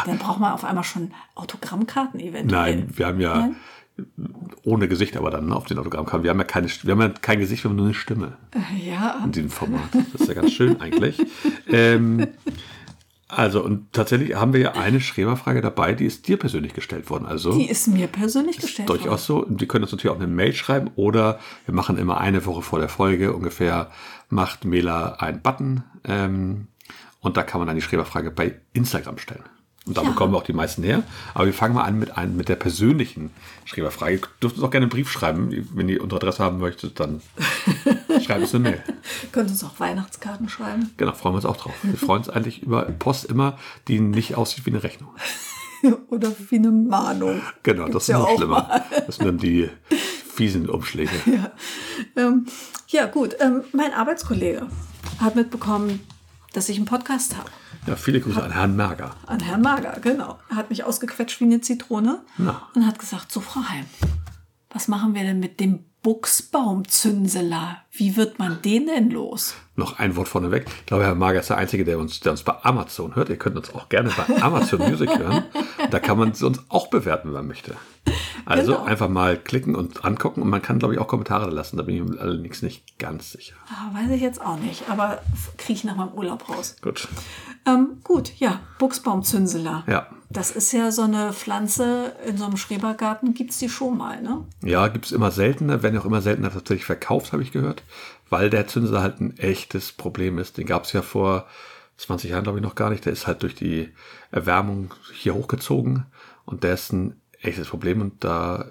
Dann braucht man auf einmal schon Autogrammkarten eventuell. Nein, wir haben ja ohne Gesicht, aber dann ne, auf den Autogrammkarten. Wir haben ja keine, wir haben ja kein Gesicht, wir haben nur eine Stimme Äh, Ja, in diesem Format. Das ist ja ganz schön eigentlich. Ähm, also und tatsächlich haben wir ja eine Schreberfrage dabei, die ist dir persönlich gestellt worden. Also die ist mir persönlich gestellt worden. durchaus so. Und wir können uns natürlich auch eine Mail schreiben oder wir machen immer eine Woche vor der Folge ungefähr macht Mela einen Button ähm, und da kann man dann die Schreberfrage bei Instagram stellen. Und da Ja. bekommen wir auch die meisten her. Aber wir fangen mal an mit, ein, mit der persönlichen Schreberfrage. Ihr dürft uns auch gerne einen Brief schreiben. Wenn ihr unsere Adresse haben möchtet, [laughs] dann schreibt uns eine Mail. Ihr Könnt uns auch Weihnachtskarten schreiben. [laughs] Genau, freuen wir uns auch drauf. Wir freuen uns eigentlich über Post immer, die nicht aussieht wie eine Rechnung. Oder wie eine Mahnung. Genau, Gibt's das ist ja noch auch schlimmer. Das sind dann die fiesen Umschläge. Ähm, ja, gut. Ähm, mein Arbeitskollege hat mitbekommen, dass ich einen Podcast habe. Ja, viele Grüße an Herrn Merger. An Herrn Mager, genau. Er hat mich ausgequetscht wie eine Zitrone Na. und hat gesagt, so Frau Heim, was machen wir denn mit dem Buchsbaumzünseler? Wie wird man den denn los? Noch ein Wort vorneweg. Ich glaube, Herr Mager ist der Einzige, der uns, der uns bei Amazon hört. Ihr könnt uns auch gerne bei Amazon Music hören. Da kann man uns auch bewerten, wenn man möchte. Also Genau. einfach mal klicken und angucken und man kann, glaube ich, auch Kommentare lassen. Da bin ich mir allerdings nicht ganz sicher. Ah, weiß ich jetzt auch nicht, aber kriege ich nach meinem Urlaub raus. Gut. Ähm, gut, ja, Buchsbaumzünseler. Ja. Das ist ja so eine Pflanze in so einem Schrebergarten, gibt es die schon mal, ne? Ja, gibt es immer seltener, werden auch immer seltener tatsächlich verkauft, habe ich gehört, weil der Zünsler halt ein echtes Problem ist. Den gab es ja vor 20 Jahren, glaube ich, noch gar nicht. Der ist halt durch die Erwärmung hier hochgezogen und der ist ein echtes Problem und da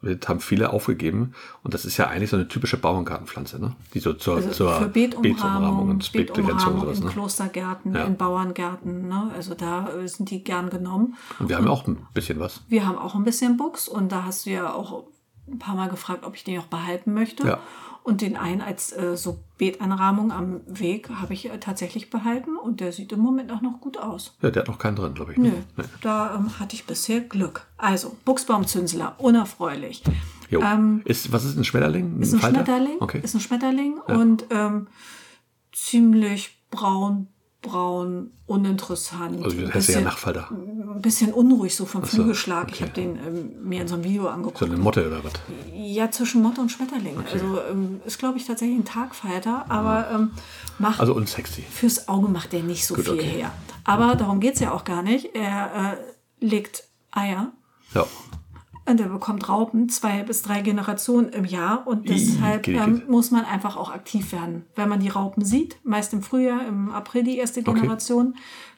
wird, haben viele aufgegeben. Und das ist ja eigentlich so eine typische Bauerngartenpflanze, ne? Die so zur, Also zur für Beetumrahmung, und Beetbegrenzung und Beetumrahmung sowas, in ne? Klostergärten, Ja. in Bauerngärten, ne? Also da äh, sind die gern genommen. Und wir haben ja auch ein bisschen was. Wir haben auch ein bisschen Buchs und da hast du ja auch ein paar Mal gefragt, ob ich den auch behalten möchte. Ja. Und den einen als äh, so Beetanrahmung am Weg habe ich äh, tatsächlich behalten und der sieht im Moment auch noch gut aus. Ja, der hat noch keinen drin, glaube ich. Nö, ne? Nee. da ähm, hatte ich bisher Glück. Also, Buchsbaumzünsler, unerfreulich. Jo. Ähm, ist, was ist ein Schmetterling? Ein Ist ein Falter? Schmetterling, Okay. ist ein Schmetterling und ähm, ziemlich braun, braun, uninteressant. also, das ein heißt ja bisschen, Nachfalter. ein bisschen unruhig so vom Flügelschlag. Ich okay. habe den ähm, mir in so einem Video angeguckt. So eine Motte oder was? Ja, zwischen Motte und Schmetterling. Also ähm, ist, glaube ich, tatsächlich ein Tagfighter, aber ähm, macht Also unsexy. fürs Auge macht er nicht so Gut, viel okay. her. Aber darum geht es ja auch gar nicht. Er äh, legt Eier Ja. und er bekommt Raupen, zwei bis drei Generationen im Jahr. Und Ih, deshalb geht, ähm, geht. muss man einfach auch aktiv werden. Wenn man die Raupen sieht, meist im Frühjahr, im April die erste Generation,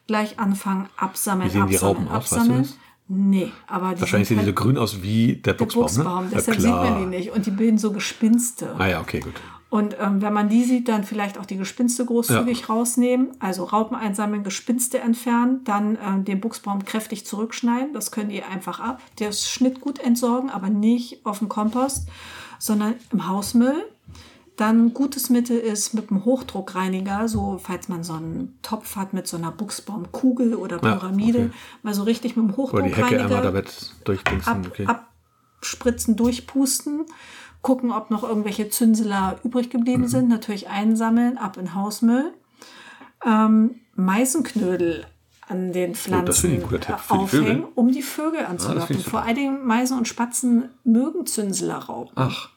gleich anfangen, absammeln, Wie sehen die Raupen absammeln, aus? Weißt du absammeln. das? Nee, aber die Wahrscheinlich sehen die so halt grün aus wie der der Buchsbaum, Buchsbaum, ne? deshalb sieht man die nicht. Und die bilden so Gespinste. Ah ja, okay, gut. Und ähm, wenn man die sieht, dann vielleicht auch die Gespinste großzügig rausnehmen, also Raupen einsammeln, Gespinste entfernen, dann ähm, den Buchsbaum kräftig zurückschneiden. Das können die einfach ab. Das Schnitt gut entsorgen, aber nicht auf dem Kompost, sondern im Hausmüll. Dann gutes Mittel ist mit einem Hochdruckreiniger, so falls man so einen Topf hat mit so einer Buchsbaumkugel oder Ja, Pyramide, okay. mal so richtig mit dem Oder die Hecke einmal Hochdruckreiniger damit durchdingsen. Oh, ab, Okay. abspritzen, durchpusten, gucken, ob noch irgendwelche Zünseler übrig Mhm. geblieben sind, natürlich einsammeln, ab in Hausmüll. Ähm, Meisenknödel an den Pflanzen Oh, das finde ich ein guter Tipp. äh, Für die aufhängen, Vögel? Ah, um die Vögel das anzulocken. finde ich Vor allen Dingen Meisen und Spatzen mögen Zünselerraupen. Ach.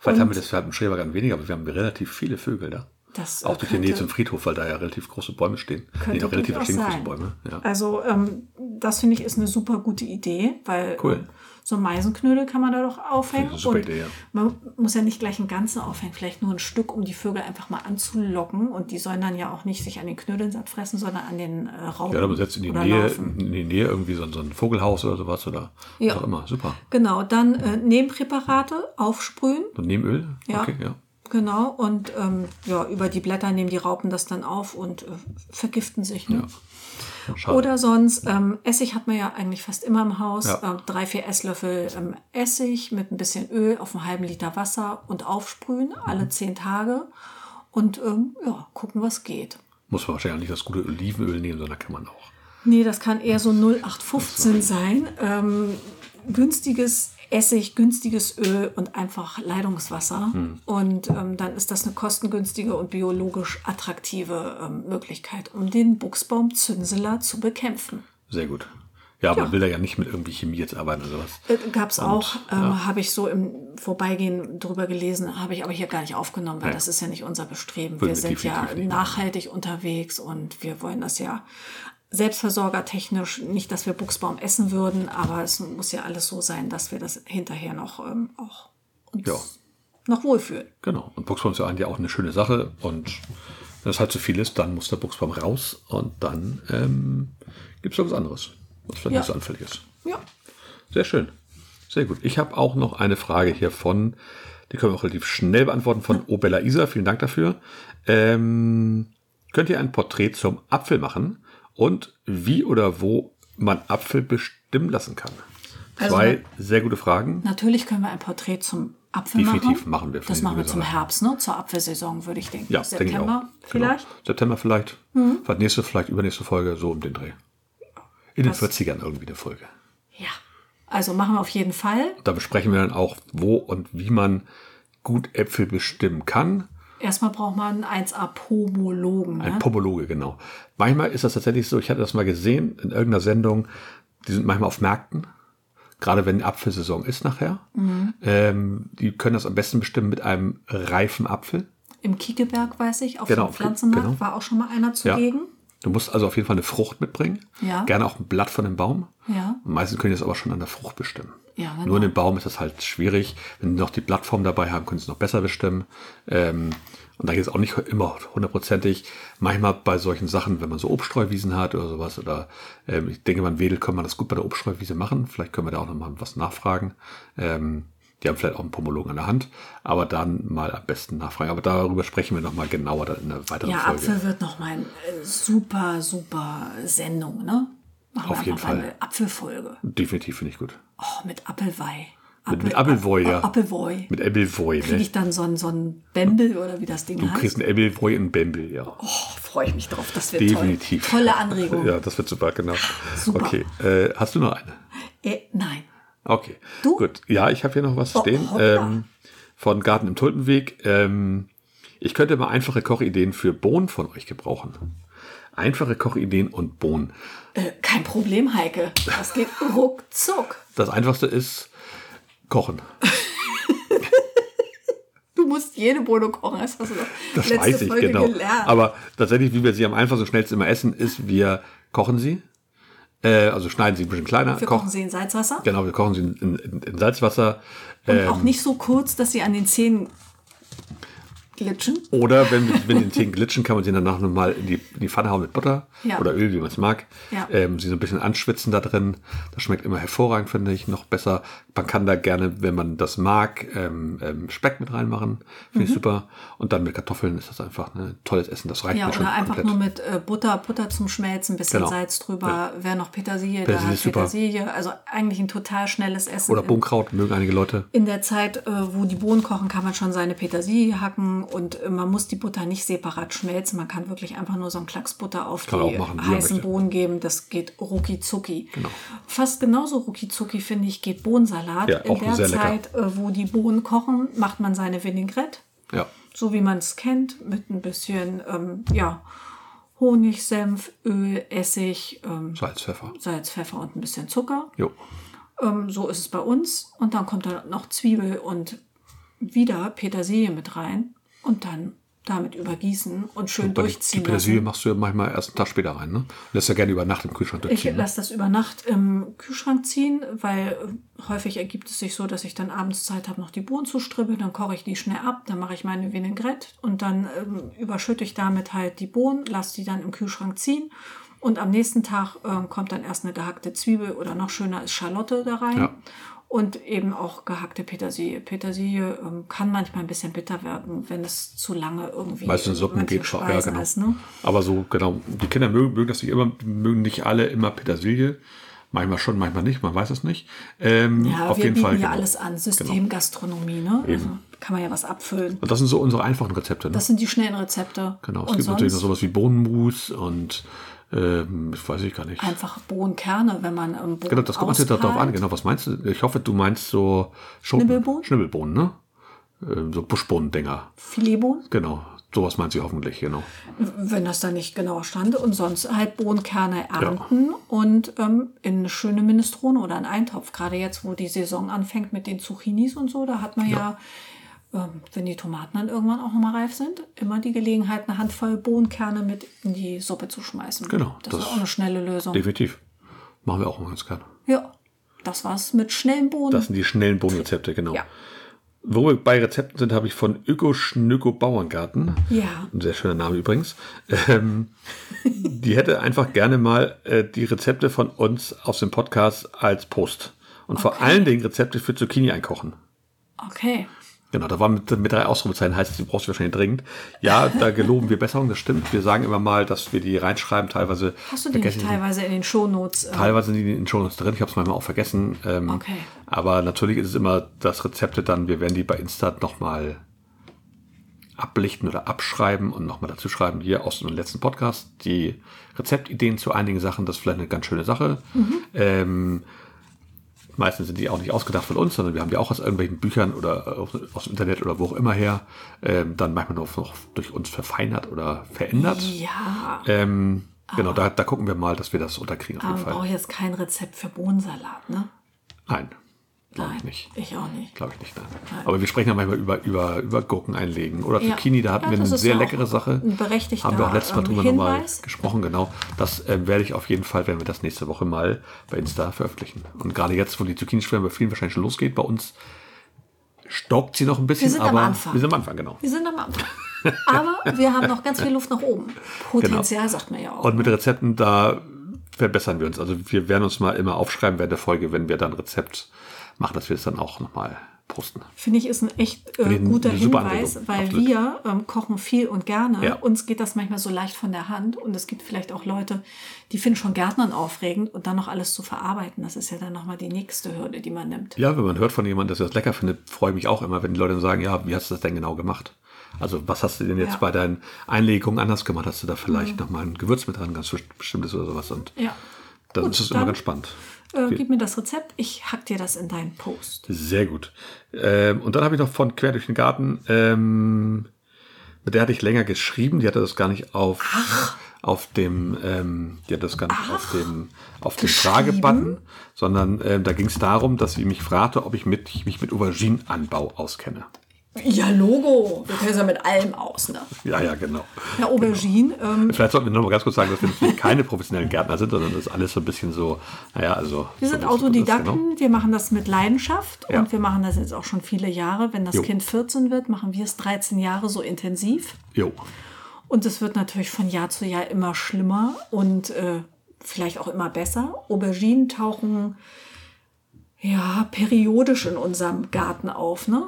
Vielleicht haben wir das wir hatten im Schrebergarten weniger, aber wir haben relativ viele Vögel da. Das, äh, auch durch die Nähe könnte- zum Friedhof, weil da ja relativ große Bäume stehen. Könnte auch relativ durchaus stehen große sein. Bäume. Ja. Also ähm, das finde ich ist eine super gute Idee, weil Cool. äh, so einen Meisenknödel kann man da doch aufhängen. Finde ich eine super und Idee, ja. Man muss ja nicht gleich einen ganzen aufhängen, vielleicht nur ein Stück, um die Vögel einfach mal anzulocken. Und die sollen dann ja auch nicht sich an den Knödeln satt fressen, sondern an den äh, Raupen. Ja, da setzt in die oder Nähe, Larven. in die Nähe irgendwie so ein, so ein Vogelhaus oder sowas oder Ja. was auch immer. Super. Genau, dann äh, Nebenpräparate aufsprühen. Und Nebenöl? Ja. Okay, ja. Genau, und ähm, ja, über die Blätter nehmen die Raupen das dann auf und äh, vergiften sich. Ne? Schade. Oder sonst, ähm, Essig hat man ja eigentlich fast immer im Haus. Ja. Äh, drei, vier Esslöffel ähm, Essig mit ein bisschen Öl auf einen halben Liter Wasser und aufsprühen alle zehn Tage und ähm, ja, gucken, was geht. Muss man wahrscheinlich nicht das gute Olivenöl nehmen, sondern kann man auch. Nee, das kann eher so 0815 sein. Ähm, günstiges Essig, günstiges Öl und einfach Leitungswasser. Und ähm, dann ist das eine kostengünstige und biologisch attraktive ähm, Möglichkeit, um den Buchsbaumzünseler zu bekämpfen. Sehr gut. Ja, man will da ja nicht mit irgendwie Chemie jetzt arbeiten oder sowas. Äh, Gab's auch, ähm, habe ich so im Vorbeigehen drüber gelesen, habe ich aber hier gar nicht aufgenommen, weil Ja. das ist ja nicht unser Bestreben. Würden wir wir sind ja definitiv nicht machen. nachhaltig unterwegs und wir wollen das ja selbstversorgertechnisch, nicht, dass wir Buchsbaum essen würden, aber es muss ja alles so sein, dass wir das hinterher noch ähm, auch uns Ja. noch wohlfühlen. Genau. Und Buchsbaum ist ja eigentlich auch eine schöne Sache. Und wenn es halt zu viel ist, dann muss der Buchsbaum raus und dann ähm, gibt es da was anderes, was vielleicht Ja. nicht so anfällig ist. Ja. Sehr schön. Sehr gut. Ich habe auch noch eine Frage hier von, die können wir auch relativ schnell beantworten, von Obella Isa. Vielen Dank dafür. Ähm, könnt ihr ein Porträt zum Apfel machen und wie oder wo man Apfel bestimmen lassen kann? Also- Zwei sehr gute Fragen. Natürlich können wir ein Porträt zum Apfel Definitiv machen. machen wir von Das den machen wir zum Besonderen. Herbst, ne? zur Apfelsaison, würde ich denken. Ja, denke ich auch. September Genau. vielleicht. Mhm. September vielleicht. Vielleicht nächste, vielleicht übernächste Folge, so um den Dreh. In den 40ern irgendwie eine Folge. Ja. Also machen wir auf jeden Fall. Da besprechen wir dann auch, wo und wie man gut Äpfel bestimmen kann. Erstmal braucht man einen 1A-Pomologen. Ein Ne? Pomologe, genau. Manchmal ist das tatsächlich so, ich hatte das mal gesehen in irgendeiner Sendung, die sind manchmal auf Märkten, gerade wenn Apfelsaison ist nachher. Mhm. Ähm, die können das am besten bestimmen mit einem reifen Apfel. Im Kiekeberg, weiß ich, auf Genau, dem Pflanzenmarkt genau. war auch schon mal einer Ja. zugegen. Du musst also auf jeden Fall eine Frucht mitbringen. Ja. Gerne auch ein Blatt von dem Baum. Ja. Meistens können die das aber schon an der Frucht bestimmen. Ja, genau. Nur an dem Baum ist das halt schwierig. Wenn die noch die Blattform dabei haben, können sie es noch besser bestimmen. Ähm, und da geht es auch nicht immer hundertprozentig. Manchmal bei solchen Sachen, wenn man so Obststreuwiesen hat oder sowas, oder ähm, ich denke, man wedelt, kann man das gut bei der Obststreuwiese machen. Vielleicht können wir da auch noch mal was nachfragen. Ähm, die haben vielleicht auch einen Pomologen an der Hand, aber dann mal am besten nachfragen. Aber darüber sprechen wir nochmal genauer dann in einer weiteren Ja, Folge. Apfel wird nochmal eine äh, super, super Sendung, ne? Machen Auf wir jeden einfach mal Fall. eine Apfelfolge. Definitiv finde ich gut. Oh, mit Appelweih. Mit- mit Appelwoi, ja. Appelwoi. Mit Ebelwoi, Kriege ne? ich dann so ein, so ein Bembel oder wie das Ding Du heißt? kriegst ein Ebelwoi und Bembel, ja. Oh, freue ich mich drauf. Das wird Definitiv. toll. Tolle Anregung. [laughs] Ja, das wird super, genau. Super. Okay, äh, hast du noch eine? Äh, nein. Okay, Du? gut. Ja, ich habe hier noch was Oh, stehen hoppla. ähm, von Garten im Tulpenweg. Ähm, ich könnte mal einfache Kochideen für Bohnen von euch gebrauchen. Einfache Kochideen und Bohnen. Äh, kein Problem, Heike. Das geht ruckzuck. Das Einfachste ist kochen. Du musst jede Bohne kochen. Das hast du doch Das letzte weiß ich Folge genau. gelernt. Aber tatsächlich, wie wir sie am einfachsten und schnellsten immer essen, ist, wir kochen sie. Äh, also schneiden sie ein bisschen kleiner. wir kochen sie in Salzwasser. Genau, wir kochen sie in, in, in Salzwasser. Ähm. Und auch nicht so kurz, dass sie an den Zähnen glitschen. Oder wenn, wir- wenn die Zehen glitschen, kann man sie danach nochmal in die, in die Pfanne hauen mit Butter Ja. oder Öl, wie man es mag. Ja. Ähm, sie so ein bisschen anschwitzen da drin. Das schmeckt immer hervorragend, finde ich. Noch besser. Man kann da gerne, wenn man das mag, ähm, ähm, Speck mit reinmachen. Finde Mhm. ich super. Und dann mit Kartoffeln ist das einfach ein tolles Essen. Das reicht Ja, mir schon oder einfach komplett. nur mit äh, Butter, Butter zum Schmelzen, ein bisschen Genau. Salz drüber. Wer noch Petersilie, da Petersilie hat ist super. Petersilie. Also eigentlich ein total schnelles Essen. oder Bohnenkraut mögen einige Leute. in der Zeit, äh, wo die Bohnen kochen, kann man schon seine Petersilie hacken und äh, man muss die Butter nicht separat schmelzen. Man kann wirklich einfach nur so einen Klacks Butter auf Kann man die auch machen, wie man heißen möchte. Genau. Bohnen geben. Das geht rucki zucki. Fast genauso rucki zucki, finde ich, geht Bohnensalat. Ja, in auch der sehr lecker. Zeit, äh, wo die Bohnen kochen, macht man seine Vinaigrette Ja. so wie man es kennt, mit ein bisschen ähm, ja, Honig, Senf, Öl, Essig, ähm, Salz, Pfeffer. Salz, Pfeffer und ein bisschen Zucker. Jo. Ähm, so ist es bei uns. Und dann kommt dann noch Zwiebel und wieder Petersilie mit rein und dann damit übergießen und schön Bei die, die durchziehen. Petersilie lassen. machst du ja manchmal erst einen Tag später rein. Ne? Lässt ja gerne über Nacht im Kühlschrank Ich durchziehen. ne? lasse das über Nacht im Kühlschrank ziehen, weil äh, häufig ergibt es sich so, dass ich dann abends Zeit habe, noch die Bohnen zu stribbeln. Dann koche ich die schnell ab, dann mache ich meine Vinaigrette und dann ähm, überschütte ich damit halt die Bohnen, lasse die dann im Kühlschrank ziehen. Und am nächsten Tag ähm, kommt dann erst eine gehackte Zwiebel oder noch schöner ist Schalotte da rein. Ja. Und eben auch gehackte Petersilie. Petersilie ähm, kann manchmal ein bisschen bitter werden, wenn es zu lange irgendwie Meistens Suppen manche geht schon. Ja, Speisen genau. ist, ne? Aber so, genau. Die Kinder mögen, mögen das nicht immer, mögen nicht alle immer Petersilie. Manchmal schon, manchmal nicht, man weiß es nicht. Ähm, Ja, auf wir jeden bieten Fall. ja genau. alles an. Systemgastronomie, ne? Also kann man ja was abfüllen. Und das sind so unsere einfachen Rezepte. Ne? Das sind die schnellen Rezepte. genau. Es Und gibt natürlich noch sonst sowas wie Bohnenmus und ähm, das weiß ich gar nicht. einfach Bohnenkerne, wenn man ähm, im Boden Genau, das kommt natürlich darauf an. Genau, was meinst du? Ich hoffe, du meinst so Schoten, Schnibbelbohnen? Schnibbelbohnen, ne? Ähm, so Buschbohnen-Dinger. Filetbohnen, Genau. Sowas meint sie hoffentlich, genau. wenn das da nicht genau stand. Und sonst halt Bohnenkerne ernten und ähm, in eine schöne Minestrone oder einen Eintopf. Gerade jetzt, wo die Saison anfängt mit den Zucchinis und so, da hat man ja, ähm, wenn die Tomaten dann irgendwann auch nochmal reif sind, immer die Gelegenheit, eine Handvoll Bohnenkerne mit in die Suppe zu schmeißen. Genau, Das, das- ist auch eine schnelle Lösung. Definitiv. Machen wir auch mal ganz gerne. Ja, das war's mit schnellen Bohnen. Das sind die schnellen Bohnenrezepte, genau. Ja. Wo wir bei Rezepten sind, habe ich von Öko Schnöko Bauerngarten. Ja. Ein sehr schöner Name übrigens. Ähm, die hätte einfach gerne mal äh, die Rezepte von uns aus dem Podcast als Post. Und vor allen Dingen Rezepte für Zucchini einkochen. Okay. Genau, da war mit, mit drei Ausrufezeichen, heißt, die brauchst du wahrscheinlich dringend. Ja, da geloben wir Besserung, das stimmt. Wir sagen immer mal, dass wir die reinschreiben, teilweise. Hast du den nicht vergessen sie. teilweise in den Shownotes? Äh, Teilweise sind die in den Shownotes drin, ich habe es manchmal auch vergessen. Ähm, Okay. Aber natürlich ist es immer das Rezepte dann, wir werden die bei Insta nochmal ablichten oder abschreiben und nochmal dazu schreiben, hier aus dem letzten Podcast, die Rezeptideen zu einigen Sachen, das ist vielleicht eine ganz schöne Sache. Ähm, meistens sind die auch nicht ausgedacht von uns, sondern wir haben die auch aus irgendwelchen Büchern oder äh, aus, aus dem Internet oder wo auch immer her, ähm, dann manchmal noch, noch durch uns verfeinert oder verändert. ja, Ähm, Ah, genau, da, da gucken wir mal, dass wir das unterkriegen auf jeden man Fall. braucht jetzt kein Rezept für Bohnensalat, ne? Nein, glaube ich Nein, nicht. Ich auch nicht. Glaube ich nicht, nein. Aber wir sprechen ja manchmal über, über, über Gurken einlegen oder Ja. Zucchini, da hatten Ja, wir das eine ist sehr ja auch leckere Sache. ein berechtigter, Haben wir auch letztes Mal ähm, drüber nochmal Hinweis. gesprochen, genau. Das äh, werde ich auf jeden Fall, werden wir das nächste Woche mal bei Insta veröffentlichen. Und gerade jetzt, wo die Zucchini-Schwärme bei vielen wahrscheinlich schon losgeht, bei uns stockt sie noch ein bisschen, sind am aber Anfang. wir sind am Anfang, genau. Wir sind am Anfang. Aber wir haben noch ganz viel Luft [laughs] nach oben. Potenzial sagt man ja auch. Genau. Und mit Rezepten, da verbessern wir uns. Also wir werden uns mal immer aufschreiben während der Folge, wenn wir dann ein Rezept machen, dass wir es dann auch nochmal posten. Finde ich, ist ein echt äh, ich eine guter super Hinweis, Anregung, weil absolut. wir ähm, kochen viel und gerne. Ja. Uns geht das manchmal so leicht von der Hand. Und es gibt vielleicht auch Leute, die finden schon Gärtnern aufregend und dann noch alles zu verarbeiten. Das ist ja dann nochmal die nächste Hürde, die man nimmt. Ja, wenn man hört von jemandem, dass er das lecker findet, freue ich mich auch immer, wenn die Leute dann sagen, ja, wie hast du das denn genau gemacht? Also was hast du denn jetzt Ja. Mhm. bei deinen Einlegungen anders gemacht? Hast du da vielleicht noch nochmal ein Gewürz mit dran, ganz bestimmtes oder sowas? Und Ja. dann Gut, ist es immer dann- ganz spannend. Äh, gib mir das Rezept, ich hack dir das in deinen Post. Sehr gut. Ähm, und dann habe ich noch von Quer durch den Garten, ähm, mit der hatte ich länger geschrieben, die hatte das gar nicht auf, auf dem, ähm, die hatte das gar nicht auf dem, auf dem Fragebutton, sondern ähm, da ging es darum, dass sie mich fragte, ob ich mit, mich mit Auberginenanbau auskenne. Ja, Logo. Wir können es ja mit allem aus, ne? Ja, ja, genau. Ja, Aubergine. Ähm, Vielleicht sollten wir noch mal ganz kurz sagen, dass wir natürlich keine professionellen Gärtner sind, sondern das ist alles so ein bisschen so, naja, also. wir so sind ein bisschen so das, genau. Autodidakten, wir machen das mit Leidenschaft Ja. und wir machen das jetzt auch schon viele Jahre. Wenn das Jo. Kind 14 wird, machen wir es 13 Jahre so intensiv. Genau. Jo. Und es wird natürlich von Jahr zu Jahr immer schlimmer und äh, vielleicht auch immer besser. Auberginen tauchen ja periodisch in unserem Garten auf, ne?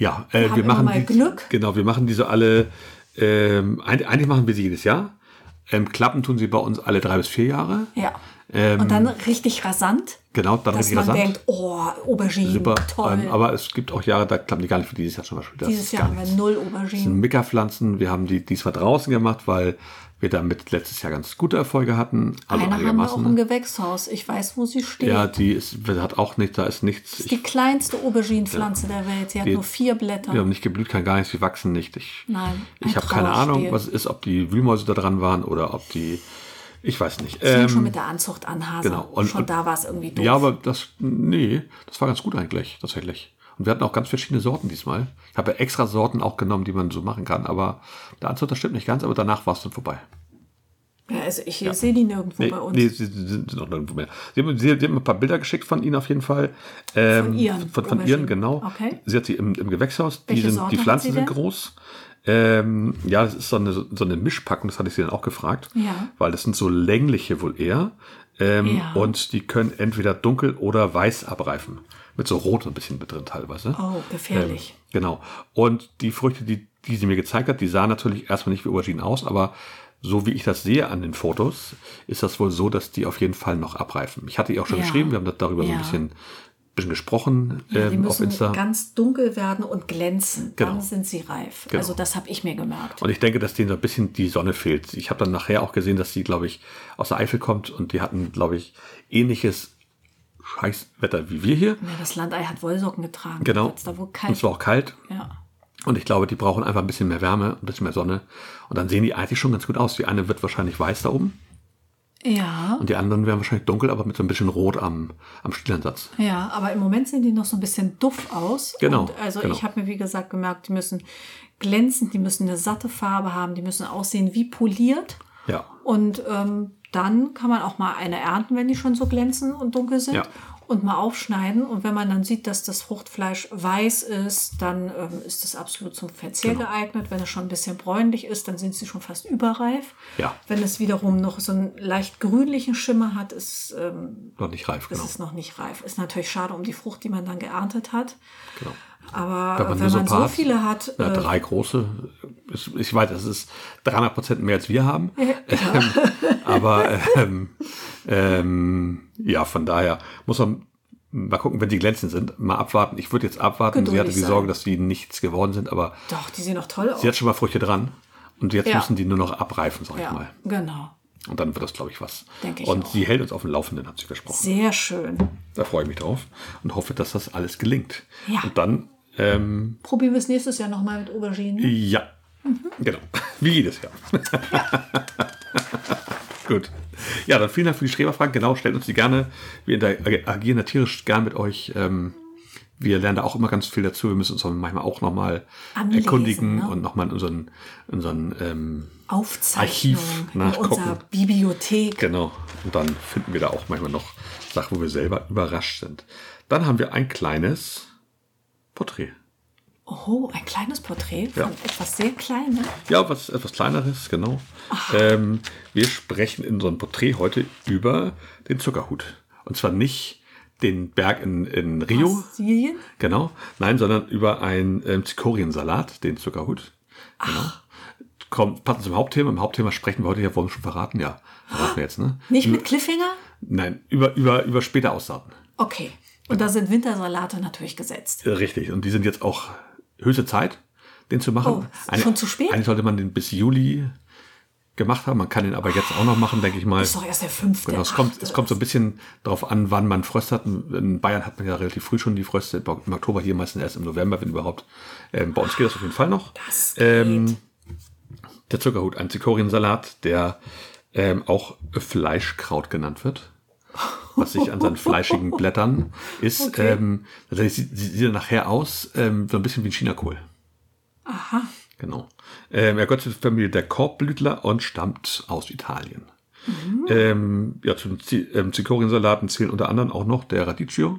Ja, äh, haben wir immer machen mal die, Glück. Genau, wir machen diese alle. Ähm, ein- eigentlich machen wir sie jedes Jahr. Ähm, Klappen tun sie bei uns alle drei bis vier Jahre. Ja. Ähm, und dann richtig rasant, Genau, dann dass richtig man rasant. denkt, oh, Auberginen, Super. toll. Ähm, aber es gibt auch Jahre, da klappen die gar nicht für dieses Jahr zum Beispiel. Das Dieses ist Jahr gar haben wir nichts. null Das sind Auberginen. Mickerpflanzen. Wir haben die diesmal draußen gemacht, weil wir damit letztes Jahr ganz gute Erfolge hatten. Also Eine haben wir auch einigermaßen. im Gewächshaus. Ich weiß, wo sie steht. ja, die ist, hat auch nichts, da ist nichts. die kleinste Auberginenpflanze der Welt. Sie hat Die- nur vier Blätter. Wir haben nicht geblüht, kann gar nichts, wir wachsen nicht. Ich, Nein, ein ich habe keine Trauerspiel. Ahnung, was es ist, ob die Wühlmäuse da dran waren oder ob die. Ich weiß nicht. Sie fing Ähm, schon mit der Anzucht an, Hase. genau. Und- schon und- da war es irgendwie doof. ja, aber das. Nee, das war ganz gut eigentlich, tatsächlich. Und wir hatten auch ganz verschiedene Sorten diesmal. Ich habe ja extra Sorten auch genommen, die man so machen kann, aber der Anzug, das stimmt nicht ganz, aber danach war es dann vorbei. Ja, also ich sehe die nirgendwo Nee, bei uns. nee, sie sie sind noch nirgendwo mehr. Sie haben, sie, sie haben ein paar Bilder geschickt von Ihnen auf jeden Fall. Ähm, Von ihren Von, von Ihren, Auberginen. genau. Okay. Sie hat sie im, im Gewächshaus. Die, Welche sind, Sorte die hat Pflanzen sie sind denn? groß. Ähm, ja, das ist so eine, so eine Mischpackung, das hatte ich sie dann auch gefragt. Ja. Weil das sind so längliche wohl eher. Ähm, Ja. Und die können entweder dunkel oder weiß abreifen. Mit so rot ein bisschen mit drin teilweise. Oh, gefährlich. Ähm, genau. Und die Früchte, die, die sie mir gezeigt hat, die sahen natürlich erstmal nicht wie Auberginen aus, aber so wie ich das sehe an den Fotos, ist das wohl so, dass die auf jeden Fall noch abreifen. Ich hatte ihr auch schon Ja. geschrieben, wir haben das darüber so ein Ja. bisschen, bisschen gesprochen Ja, die ähm, auf müssen Insta. ganz dunkel werden und glänzen. Genau. Dann sind sie reif. Genau. Also das habe ich mir gemerkt. Und ich denke, dass denen so ein bisschen die Sonne fehlt. Ich habe dann nachher auch gesehen, dass sie, glaube ich, aus der Eifel kommt und die hatten, glaube ich, ähnliches Scheißwetter wie wir hier. Ja, das Landei hat Wollsocken getragen. Genau. Wird's da wohl Und kalt. es war auch kalt. ja. Und ich glaube, die brauchen einfach ein bisschen mehr Wärme, ein bisschen mehr Sonne. Und dann sehen die eigentlich schon ganz gut aus. Die eine wird wahrscheinlich weiß da oben ja, und die anderen werden wahrscheinlich dunkel, aber mit so ein bisschen Rot am, am Stielansatz. ja, aber im Moment sehen die noch so ein bisschen duff aus. Genau, Und also genau. ich habe mir, wie gesagt, gemerkt, die müssen glänzend, die müssen eine satte Farbe haben, die müssen aussehen wie poliert. Ja. Und ähm, dann kann man auch mal eine ernten, wenn die schon so glänzen und dunkel sind. Ja. Und mal aufschneiden. Und wenn man dann sieht, dass das Fruchtfleisch weiß ist, dann ähm, ist das absolut zum Verzehr Genau. geeignet. Wenn es schon ein bisschen bräunlich ist, dann sind sie schon fast überreif. Ja. Wenn es wiederum noch so einen leicht grünlichen Schimmer hat, ist, ähm, Noch nicht reif, ist genau. es noch nicht reif. Ist natürlich schade um die Frucht, die man dann geerntet hat. genau. Aber wenn man, nur wenn ein man paar so viele hat, ja, äh, drei große. Ich- Ich weiß, das ist 300 Prozent mehr als wir haben. [laughs] Ähm, genau. aber ähm, ähm, ja, von daher muss man mal gucken, wenn die glänzend sind, mal abwarten. Ich würde jetzt abwarten. Sie Geduldig hatte die sein. Sorge, dass die nichts geworden sind, aber doch, die sehen noch toll aus. sie hat schon mal Früchte dran. Und jetzt Ja. müssen die nur noch abreifen, sag ich mal. ja, genau. Und dann wird das, glaube ich, was. Denke ich und auch. sie hält uns auf dem Laufenden, hat sie versprochen. Sehr schön. Da freue ich mich drauf und hoffe, dass das alles gelingt. Ja. Und dann, ähm, Probieren wir es nächstes Jahr nochmal mit [laughs] Auberginen. [laughs] ja. Genau. Wie jedes Jahr. Gut. Ja, dann vielen Dank für die Streberfragen. Genau, stellt uns die gerne. Wir interagieren da tierisch gern mit euch. Ähm, wir lernen da auch immer ganz viel dazu. Wir müssen uns auch manchmal auch nochmal Anlesen, erkundigen ne? und nochmal in unseren, unseren ähm, Aufzeichnung Archiv in nachgucken. unserer Bibliothek. Genau. Und dann finden wir da auch manchmal noch Sachen, wo wir selber überrascht sind. Dann haben wir ein kleines Porträt. Oh, ein kleines Porträt Ja. von etwas sehr Kleinem. Ja, was etwas kleineres, genau. Ähm, wir sprechen in unserem Porträt heute über den Zuckerhut. Und zwar nicht den Berg in, in Rio, Brasilien. genau, nein, sondern über einen ähm, Zikoriensalat, den Zuckerhut. Genau. Kommt, passend zum Hauptthema. Im Hauptthema sprechen wir heute ja, wollen wir schon verraten? Ja, verraten wir jetzt, ne? Nicht mit Cliffhanger? Nein, über, über, über später Aussaaten. Okay. Und Genau. da sind Wintersalate natürlich gesetzt. Äh, Richtig, und die sind jetzt auch höchste Zeit, den zu machen. Oh, schon zu spät? Eigentlich sollte man den bis Juli gemacht haben. Man kann den aber jetzt auch noch machen, denke ich mal. Ist doch erst der fünfte. Genau, es kommt, es achte. kommt so ein bisschen darauf an, wann man Fröste hat. In Bayern hat man ja relativ früh schon die Fröste, im Oktober hier meistens erst im November, wenn überhaupt. Ähm, bei uns geht das auf jeden Fall noch. Das geht. Ähm, der Zuckerhut, ein Zikoriensalat, der ähm, auch Fleischkraut genannt wird. Was sich an seinen fleischigen Blättern ist. Okay. Ähm, tatsächlich sieht, sieht sieht er nachher aus, ähm, so ein bisschen wie ein Chinakohl. Aha. Genau. Ähm, er gehört zur Familie der Korbblütler und stammt aus Italien. Ähm, ja, zum Zi- ähm, Zikoriensalaten zählen unter anderem auch noch der Radicchio,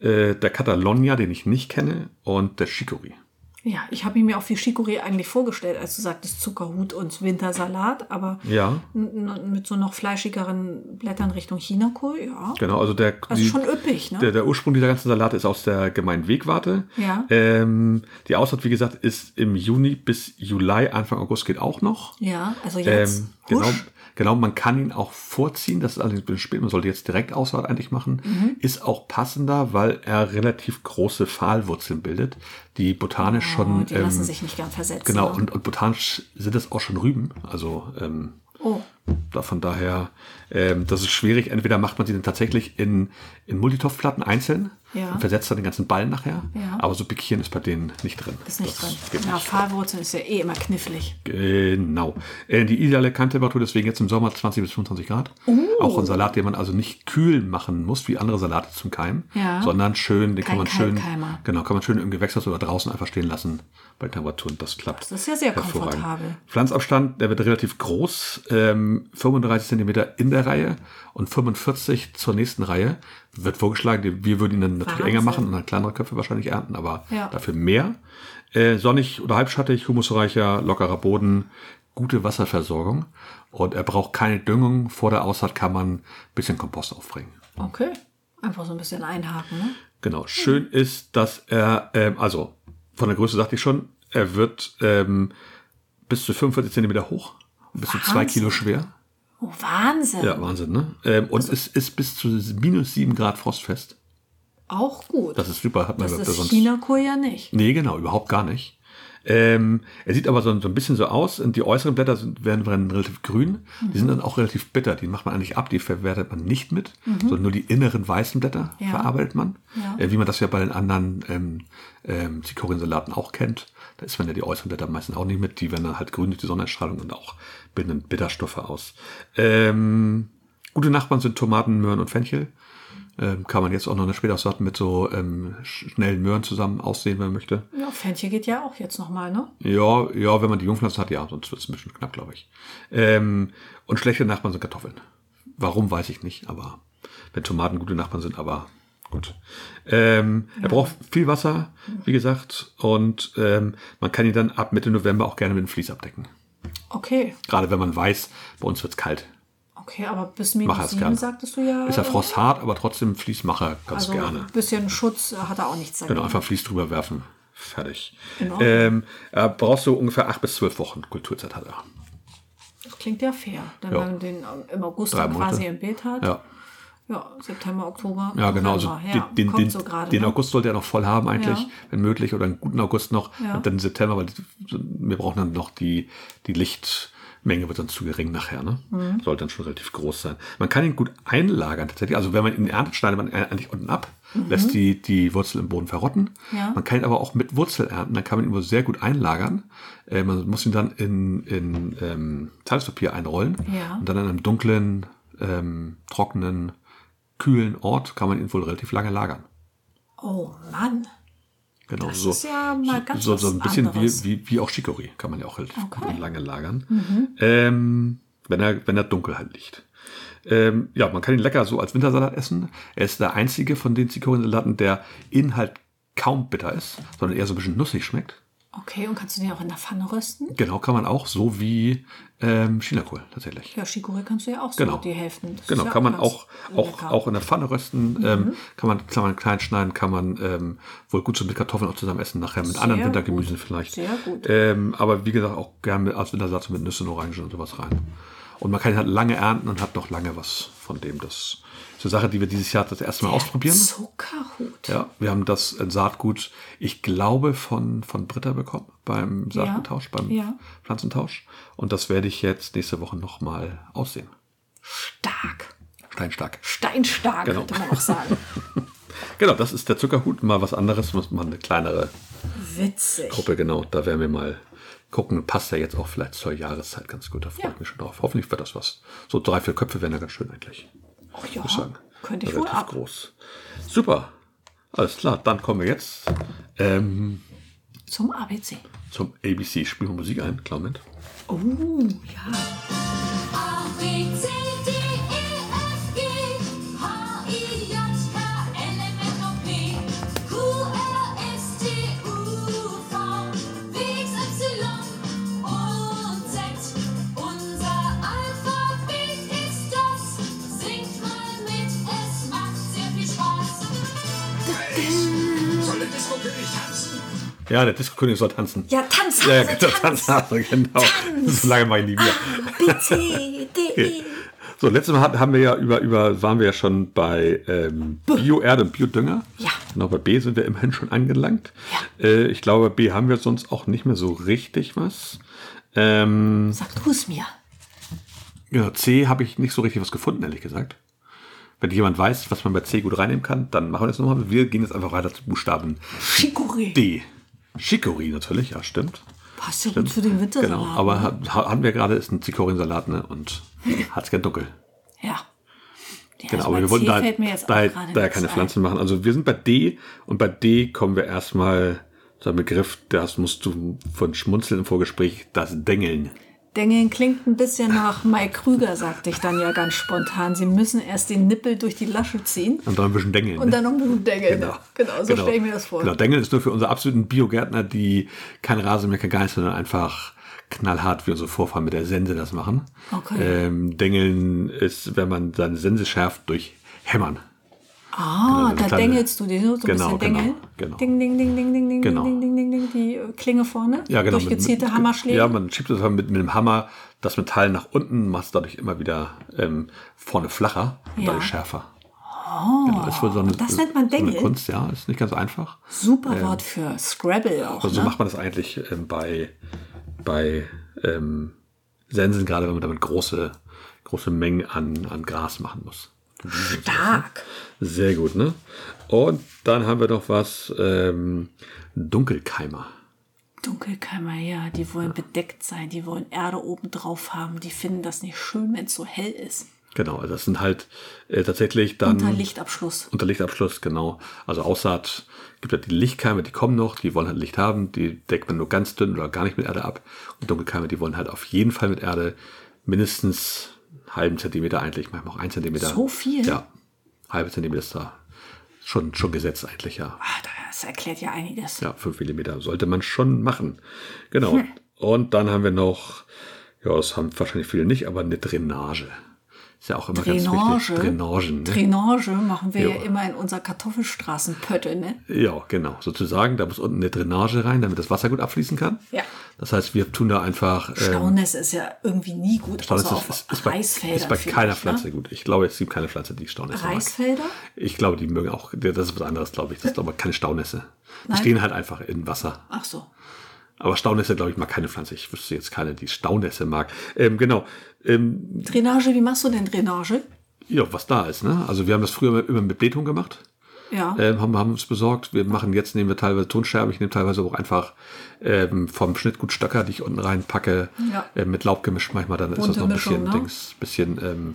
äh, der Catalonia, den ich nicht kenne, und der Chicory. Ja, ich habe ihn mir auch wie Chicorée eigentlich vorgestellt, als du sagtest Zuckerhut und Wintersalat, aber Ja. n- n- mit so noch fleischigeren Blättern Richtung Chinakohl, ja. Genau, also der, Also schon üppig, ne? der, der Ursprung dieser ganzen Salate ist aus der gemeinen Wegwarte. Ja. Ähm, die Aussaat, wie gesagt, ist im Juni bis Juli, Anfang August geht auch noch. ja, also jetzt. Ähm, genau, Husch. genau, man kann ihn auch vorziehen, das ist allerdings ein bisschen spät, man sollte jetzt direkt Aussaat eigentlich machen. Mhm. Ist auch passender, weil er relativ große Pfahlwurzeln bildet, die botanisch oh, schon. die lassen sich nicht gern versetzen. Ähm, genau, ne? und, und botanisch sind das auch schon Rüben. Also ähm, oh, da von daher, ähm, das ist schwierig. Entweder macht man sie dann tatsächlich in, in Multitoff-Platten einzeln Ja. und versetzt dann den ganzen Ball nachher. Ja. Aber so pikieren ist bei denen nicht drin. ist nicht das drin. Geht Ja, nicht. Fahrwurzeln ist ja eh immer knifflig. Genau. Äh, die ideale Keimtemperatur deswegen jetzt im Sommer 20 bis 25 Grad. Oh. Auch ein Salat, den man also nicht kühl machen muss, wie andere Salate zum Keimen, Ja. sondern schön, den Kein kann man schön, Kaltkeimer. genau, kann man schön im Gewächshaus oder draußen einfach stehen lassen bei Temperaturen. Das klappt. Das ist ja sehr hervorragend. komfortabel. Pflanzabstand, der wird relativ groß, ähm, 35 Zentimeter in der Reihe und 45 zur nächsten Reihe. Wird vorgeschlagen, die- wir würden ihn dann natürlich Wahnsinn. enger machen und dann kleinere Köpfe wahrscheinlich ernten, aber Ja. dafür mehr. Äh, sonnig oder halbschattig, humusreicher, lockerer Boden, gute Wasserversorgung und er braucht keine Düngung. Vor der Aussaat kann man ein bisschen Kompost aufbringen. Okay. Einfach so ein bisschen einhaken, ne? Genau. Schön ist, dass er, ähm, also von der Größe sagte ich schon, er wird ähm, bis zu 45 Zentimeter hoch und bis zu zwei Wahnsinn. Kilo schwer. Oh, Wahnsinn. Ja, Wahnsinn, ne? Ähm, und es ist bis zu minus sieben Grad frostfest. Auch gut. Das ist super, hat man Das ja ist Chinakohl ja nicht. Nee, genau, überhaupt gar nicht. Ähm, er sieht aber so, so ein bisschen so aus und die äußeren Blätter sind, werden, werden relativ grün. Die sind dann auch relativ bitter. Die macht man eigentlich ab, die verwertet man nicht mit, sondern nur die inneren weißen Blätter Mhm. Ja. verarbeitet man. Ja. Äh, wie man das ja bei den anderen ähm, ähm, Zikoriensalaten auch kennt. Da isst man ja die äußeren Blätter meistens auch nicht mit. Die werden dann halt grün durch die Sonnenstrahlung und auch binden Bitterstoffe aus. Ähm, gute Nachbarn sind Tomaten, Möhren und Fenchel. Ähm, kann man jetzt auch noch eine Spätaussaat mit so ähm, sch- schnellen Möhren zusammen aussehen, wenn man möchte. Ja, Fenchel geht ja auch jetzt nochmal, ne? Ja, ja, wenn man die Jungpflanzen hat, ja, sonst wird es ein bisschen knapp, glaube ich. Ähm, und schlechte Nachbarn sind Kartoffeln. Warum, weiß ich nicht, aber wenn Tomaten gute Nachbarn sind, aber gut. Ähm, Er braucht viel Wasser, wie gesagt, und ähm, man kann ihn dann ab Mitte November auch gerne mit einem Vlies abdecken. Okay. Gerade wenn man weiß, bei uns wird's kalt. Okay, aber bis Mach minus es 7 gerne. sagtest du ja. Ist ja frosthart, aber trotzdem Fließmacher ganz also gerne. ein bisschen Schutz äh, hat er auch nichts dagegen. Genau, einfach Vlies drüber werfen. Fertig. Genau. Ähm, er brauchst du ungefähr acht bis zwölf Wochen Kulturzeit hat er. Das klingt ja fair. Denn Ja. wenn man den ähm, im August Drei dann quasi Monate. im Beet hat. Ja. Ja, September, Oktober. Ja, genau. Also November. ja, den, kommt den, so gerade. den ne? August sollte er noch voll haben eigentlich, Ja. wenn möglich, oder einen guten August noch. Ja. Und dann September, weil die- wir brauchen dann noch die, die Lichtmenge wird dann zu gering nachher. Ne? Mhm. Sollte dann schon relativ groß sein. Man kann ihn gut einlagern tatsächlich. Also wenn man ihn erntet, schneidet man ihn eigentlich unten ab. lässt die, die Wurzel im Boden verrotten. Mhm. Ja. Man kann ihn aber auch mit Wurzel ernten, dann kann man ihn wohl sehr gut einlagern. Äh, man muss ihn dann in, in ähm, Zeitungspapier einrollen Ja. und dann an einem dunklen, ähm, trockenen, kühlen Ort kann man ihn wohl relativ lange lagern. Oh Mann. Genau, Das so, ist ja mal ganz so, so ein was bisschen wie, anderes. wie, wie auch Chicory kann man ja auch relativ Okay. Mhm. gut lange lagern, ähm, wenn, er, wenn er dunkel halt liegt. Ähm, ja, man kann ihn lecker so als Wintersalat essen. Er ist der einzige von den Chicory-Salaten, der innen halt kaum bitter ist, sondern eher so ein bisschen nussig schmeckt. Okay, und kannst du den auch in der Pfanne rösten? Genau, kann man auch, so wie ähm, Chinakohl tatsächlich. Ja, Shigure kannst du ja auch so Genau. die Hälften. Das Genau, ist ja kann man ganz auch, auch, lecker. Mhm. auch in der Pfanne rösten, ähm, kann, man, kann man klein schneiden, kann man ähm, wohl gut so mit Kartoffeln auch zusammen essen, nachher mit anderen gut. Wintergemüsen vielleicht. Sehr gut. Ähm, aber wie gesagt, auch gerne mit- als Wintersatz mit Nüssen, Orangen und sowas rein. Und man kann ihn halt lange ernten und hat noch lange was von dem. Das ist eine Sache, die wir dieses Jahr das erste Mal ausprobieren. Zuckerhut. Ja, wir haben das äh, Saatgut, ich glaube, von, von Britta bekommen beim Saatguttausch, beim Ja. Pflanzentausch. Und das werde ich jetzt nächste Woche nochmal aussehen. Stark. Steinstark. Steinstark, Genau. könnte man [laughs] auch sagen. Genau, das ist der Zuckerhut. Mal was anderes, muss man eine kleinere Witzig. Gruppe, genau. Da werden wir mal gucken. Passt ja jetzt auch vielleicht zur Jahreszeit ganz gut. Da freue Ja. ich mich schon drauf. Hoffentlich wird das was. So drei, vier Köpfe wären ja ganz schön eigentlich. Ach ja, Muss sagen. Oh, könnte ich wohl Relativ ab. groß. Super. Alles klar, dann kommen wir jetzt ähm, Zum ABC. zum ABC. Spielen wir Musik ein, klar, Moment. Oh, ja. A, B, C, D, E, F, G, H, I, J, K, L, M, N, O, P, Q, R, S, T, U, V, X, Y und Z. Unser Alphabet ist das. Singt mal mit, es macht sehr viel Spaß. Soll der Disco-König tanzen? Ja, der Disco-König soll tanzen. Ja, tanz, Ja, ja, Hase, genau, tanz. tanz, Hase, [laughs] genau. So lange mache ich nie wieder. B, C, D, Okay. E. [laughs] So, letztes Mal hat- haben wir ja über, über waren wir ja schon bei ähm, Bio-Erde und Biodünger. Ja. Genau, bei B sind wir immerhin schon angelangt. Äh, ich glaube, bei B haben wir sonst auch nicht mehr so richtig was. Ähm, Sag du es mir. ja, C habe ich nicht so richtig was gefunden, ehrlich gesagt. Wenn jemand weiß, was man bei C gut reinnehmen kann, dann machen wir das nochmal. Wir gehen jetzt einfach weiter zu Buchstaben Chicorée. D. Chicory natürlich, ja, stimmt. Passt ja gut zu den Wintersalat. ne? Genau, aber ha- ha- haben wir gerade, ist ein Zikorinsalat, ne? Und hat's gern dunkel. Ja. ja Genau, also aber bei wir wollten C da, fällt mir jetzt da, halt auch gerade da nichts keine ein. Pflanzen machen. Also wir sind bei D und bei D kommen wir erstmal zu einem Begriff, das musst du von Schmunzeln im Vorgespräch, das Dengeln. Dengeln klingt ein bisschen nach Mai Krüger, sagte ich dann ja ganz spontan. Sie müssen erst den Nippel durch die Lasche ziehen Und dann ein bisschen Dengeln. und ne? dann noch mit Dengeln. Genau. genau so stelle ich mir das vor. Genau, Dengeln ist nur für unsere absoluten Biogärtner, die kein Rasen mehr, kein Geist, sondern einfach knallhart wie unsere Vorfahren mit der Sense das machen. Okay. Ähm, Dengeln ist, wenn man seine Sense schärft durch Hämmern. Ah, Genau, so da eine kleine- dengelst du dir so ein Genau, bisschen Dengeln. genau, genau. Ding, ding, ding, ding, ding, ding, Genau. ding, ding, ding, ding, die äh, Klinge vorne. Durch mit- gezielte mit- Hammerschläge. Ja, man schiebt das halt mit, mit dem Hammer das Metall nach unten, macht es dadurch immer wieder ähm, vorne flacher und Ja. dadurch schärfer. Oh, genau, ist wohl so eine, das nennt man So Dengeln? eine Kunst, ja, ist nicht ganz einfach. Super Wort für Scrabble auch. Also so ne? macht man das eigentlich ähm, bei, bei ähm, Sensen, gerade wenn man damit große, große Mengen an, an Gras machen muss. Stark. Sehr gut, ne? Und dann haben wir noch was, ähm, Dunkelkeimer. Dunkelkammer, ja, die wollen bedeckt sein, die wollen Erde oben drauf haben, die finden das nicht schön, wenn es so hell ist. Genau, also das sind halt äh, tatsächlich dann... Unter Lichtabschluss. Unter Lichtabschluss, genau. Also Aussaat gibt halt die Lichtkeime, die kommen noch, die wollen halt Licht haben, die deckt man nur ganz dünn oder gar nicht mit Erde ab. Und Dunkelkeime, die wollen halt auf jeden Fall mit Erde mindestens einen halben Zentimeter eigentlich, manchmal auch ein Zentimeter. So viel? Ja, halbe Zentimeter ist da schon, schon gesetzt eigentlich, ja. Ah, das erklärt ja einiges. Ja, fünf Millimeter sollte man schon machen. Genau. Hm. Und dann haben wir noch, ja, das haben wahrscheinlich viele nicht, aber eine Drainage. Ist ja auch immer ganz wichtig. Drainage? Drainagen, ne? Drainage machen wir ja, Ja. immer in unserer Kartoffelstraßenpötte, ne? Ja, genau, sozusagen. Da muss unten eine Drainage rein, damit das Wasser gut abfließen kann. Ja. Das heißt, wir tun da einfach. Ähm, Staunässe ist ja irgendwie nie gut, Staunässe außer auf ist, ist, bei, Reisfeldern. ist bei vielleicht, keiner ne? Pflanze gut. Ich glaube, es gibt keine Pflanze, die Staunässe mag. Reisfelder? Ich glaube, die mögen auch. Das ist was anderes, glaube ich. Das ist aber keine Staunässe. Die Nein. stehen halt einfach in Wasser. Ach so. Aber Staunässe, glaube ich, mag keine Pflanze. Ich wüsste jetzt keine, die Staunässe mag. Ähm, genau. Ähm, Drainage, wie machst du denn Drainage? ja, was da ist. Ne? Also wir haben das früher immer mit Blähton gemacht. Ja. ähm, haben, haben uns besorgt. Wir machen jetzt, nehmen wir teilweise Tonscherben, ich nehme teilweise auch einfach ähm, vom Schnittgut Stöcker, die ich unten reinpacke, Ja. äh, mit Laub gemischt manchmal, dann ist das Bunte noch ein bisschen, Mischung, ne? Dings, bisschen ähm,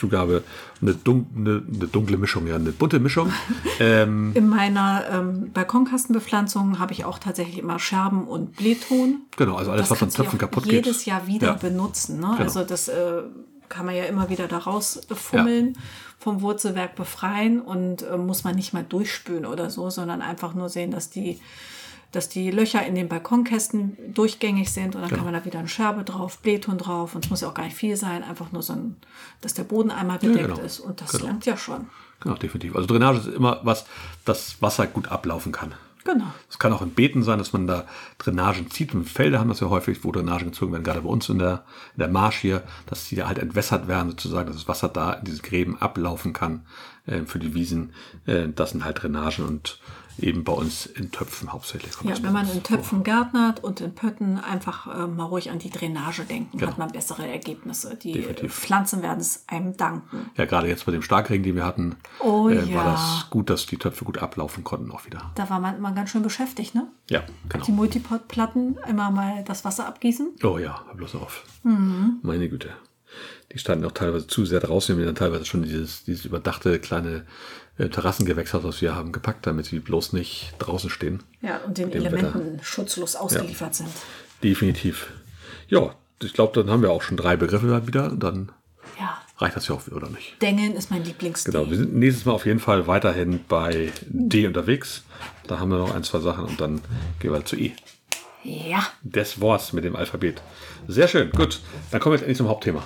Nährstoffzugabe. Eine, dun eine, eine dunkle Mischung, ja, eine bunte [laughs] Mischung. ähm, In meiner ähm, Balkonkastenbepflanzung habe ich auch tatsächlich immer Scherben und Blähton. genau, also alles, das was an kannst du ja Töpfen auch kaputt geht. jedes Jahr wieder Ja. Genau. benutzen. Ne? Also das äh, kann man ja immer wieder da rausfummeln, vom Wurzelwerk befreien und äh, muss man nicht mal durchspülen oder so, sondern einfach nur sehen, dass die, dass die Löcher in den Balkonkästen durchgängig sind und dann Genau. kann man da wieder eine Scherbe drauf, Blähton drauf und es muss ja auch gar nicht viel sein, einfach nur so, ein, dass der Boden einmal bedeckt genau. ist und das Genau. langt ja schon. Genau, definitiv. Also Drainage ist immer was, das Wasser gut ablaufen kann. Genau. Es kann auch in Beeten sein, dass man da Drainagen zieht. Und Felder haben das ja häufig, wo Drainagen gezogen werden, gerade bei uns in der, in der Marsch hier, dass die da halt entwässert werden, sozusagen, dass das Wasser da in diese Gräben ablaufen kann äh, für die Wiesen. Äh, das sind halt Drainagen und eben bei uns in Töpfen hauptsächlich. kommt Ja, das wenn bei man uns in vor. Töpfen gärtnert und in Pötten einfach äh, mal ruhig an die Drainage denken, Genau. hat man bessere Ergebnisse. Die Definitiv. Pflanzen werden es einem danken. Ja, gerade jetzt bei dem Starkregen, den wir hatten, äh, Oh ja. war das gut, dass die Töpfe gut ablaufen konnten auch wieder. Da war man immer ganz schön beschäftigt, ne? Ja, genau. Die Multipot-Platten immer mal das Wasser abgießen. Oh ja, hör bloß auf. Meine Güte. Die standen auch teilweise zu sehr draußen. Wir haben dann teilweise schon dieses, dieses überdachte kleine äh, Terrassengewächshaus, was wir haben, gepackt, damit sie bloß nicht draußen stehen. Ja, und den Dem Elementen schutzlos ausgeliefert sind. Definitiv. Ja, ich glaube, dann haben wir auch schon drei Begriffe dann wieder. Und dann Ja, reicht das ja auch wieder, oder nicht? Dengeln ist mein Lieblingsstil. Genau, wir sind nächstes Mal auf jeden Fall weiterhin bei D unterwegs. Da haben wir noch ein, zwei Sachen und dann gehen wir zu E. Ja, Des Worts mit dem Alphabet. Sehr schön, gut. Dann kommen wir jetzt endlich zum Hauptthema.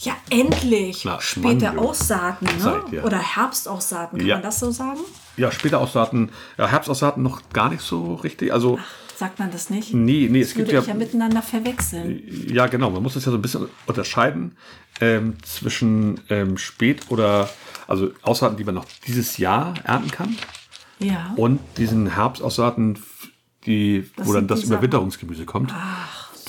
ja, endlich. Na, Später Mann, du. Aussaaten, ne? Zeit, ja. Oder Herbstaussaaten, kann Ja. man das so sagen? Ja, später Ausdaaten, ja, Herbstaussaaten noch gar nicht so richtig. Also, Sagt man das nicht? nee, nee, es gibt Würde ja. ich ja miteinander verwechseln. Ja, genau, man muss das ja so ein bisschen unterscheiden ähm, zwischen ähm, Spät- oder, also Aussaaten, die man noch dieses Jahr ernten kann, Ja. und diesen Herbstaussaaten, die, Das wo dann sind das die Sachen. Überwinterungsgemüse kommt.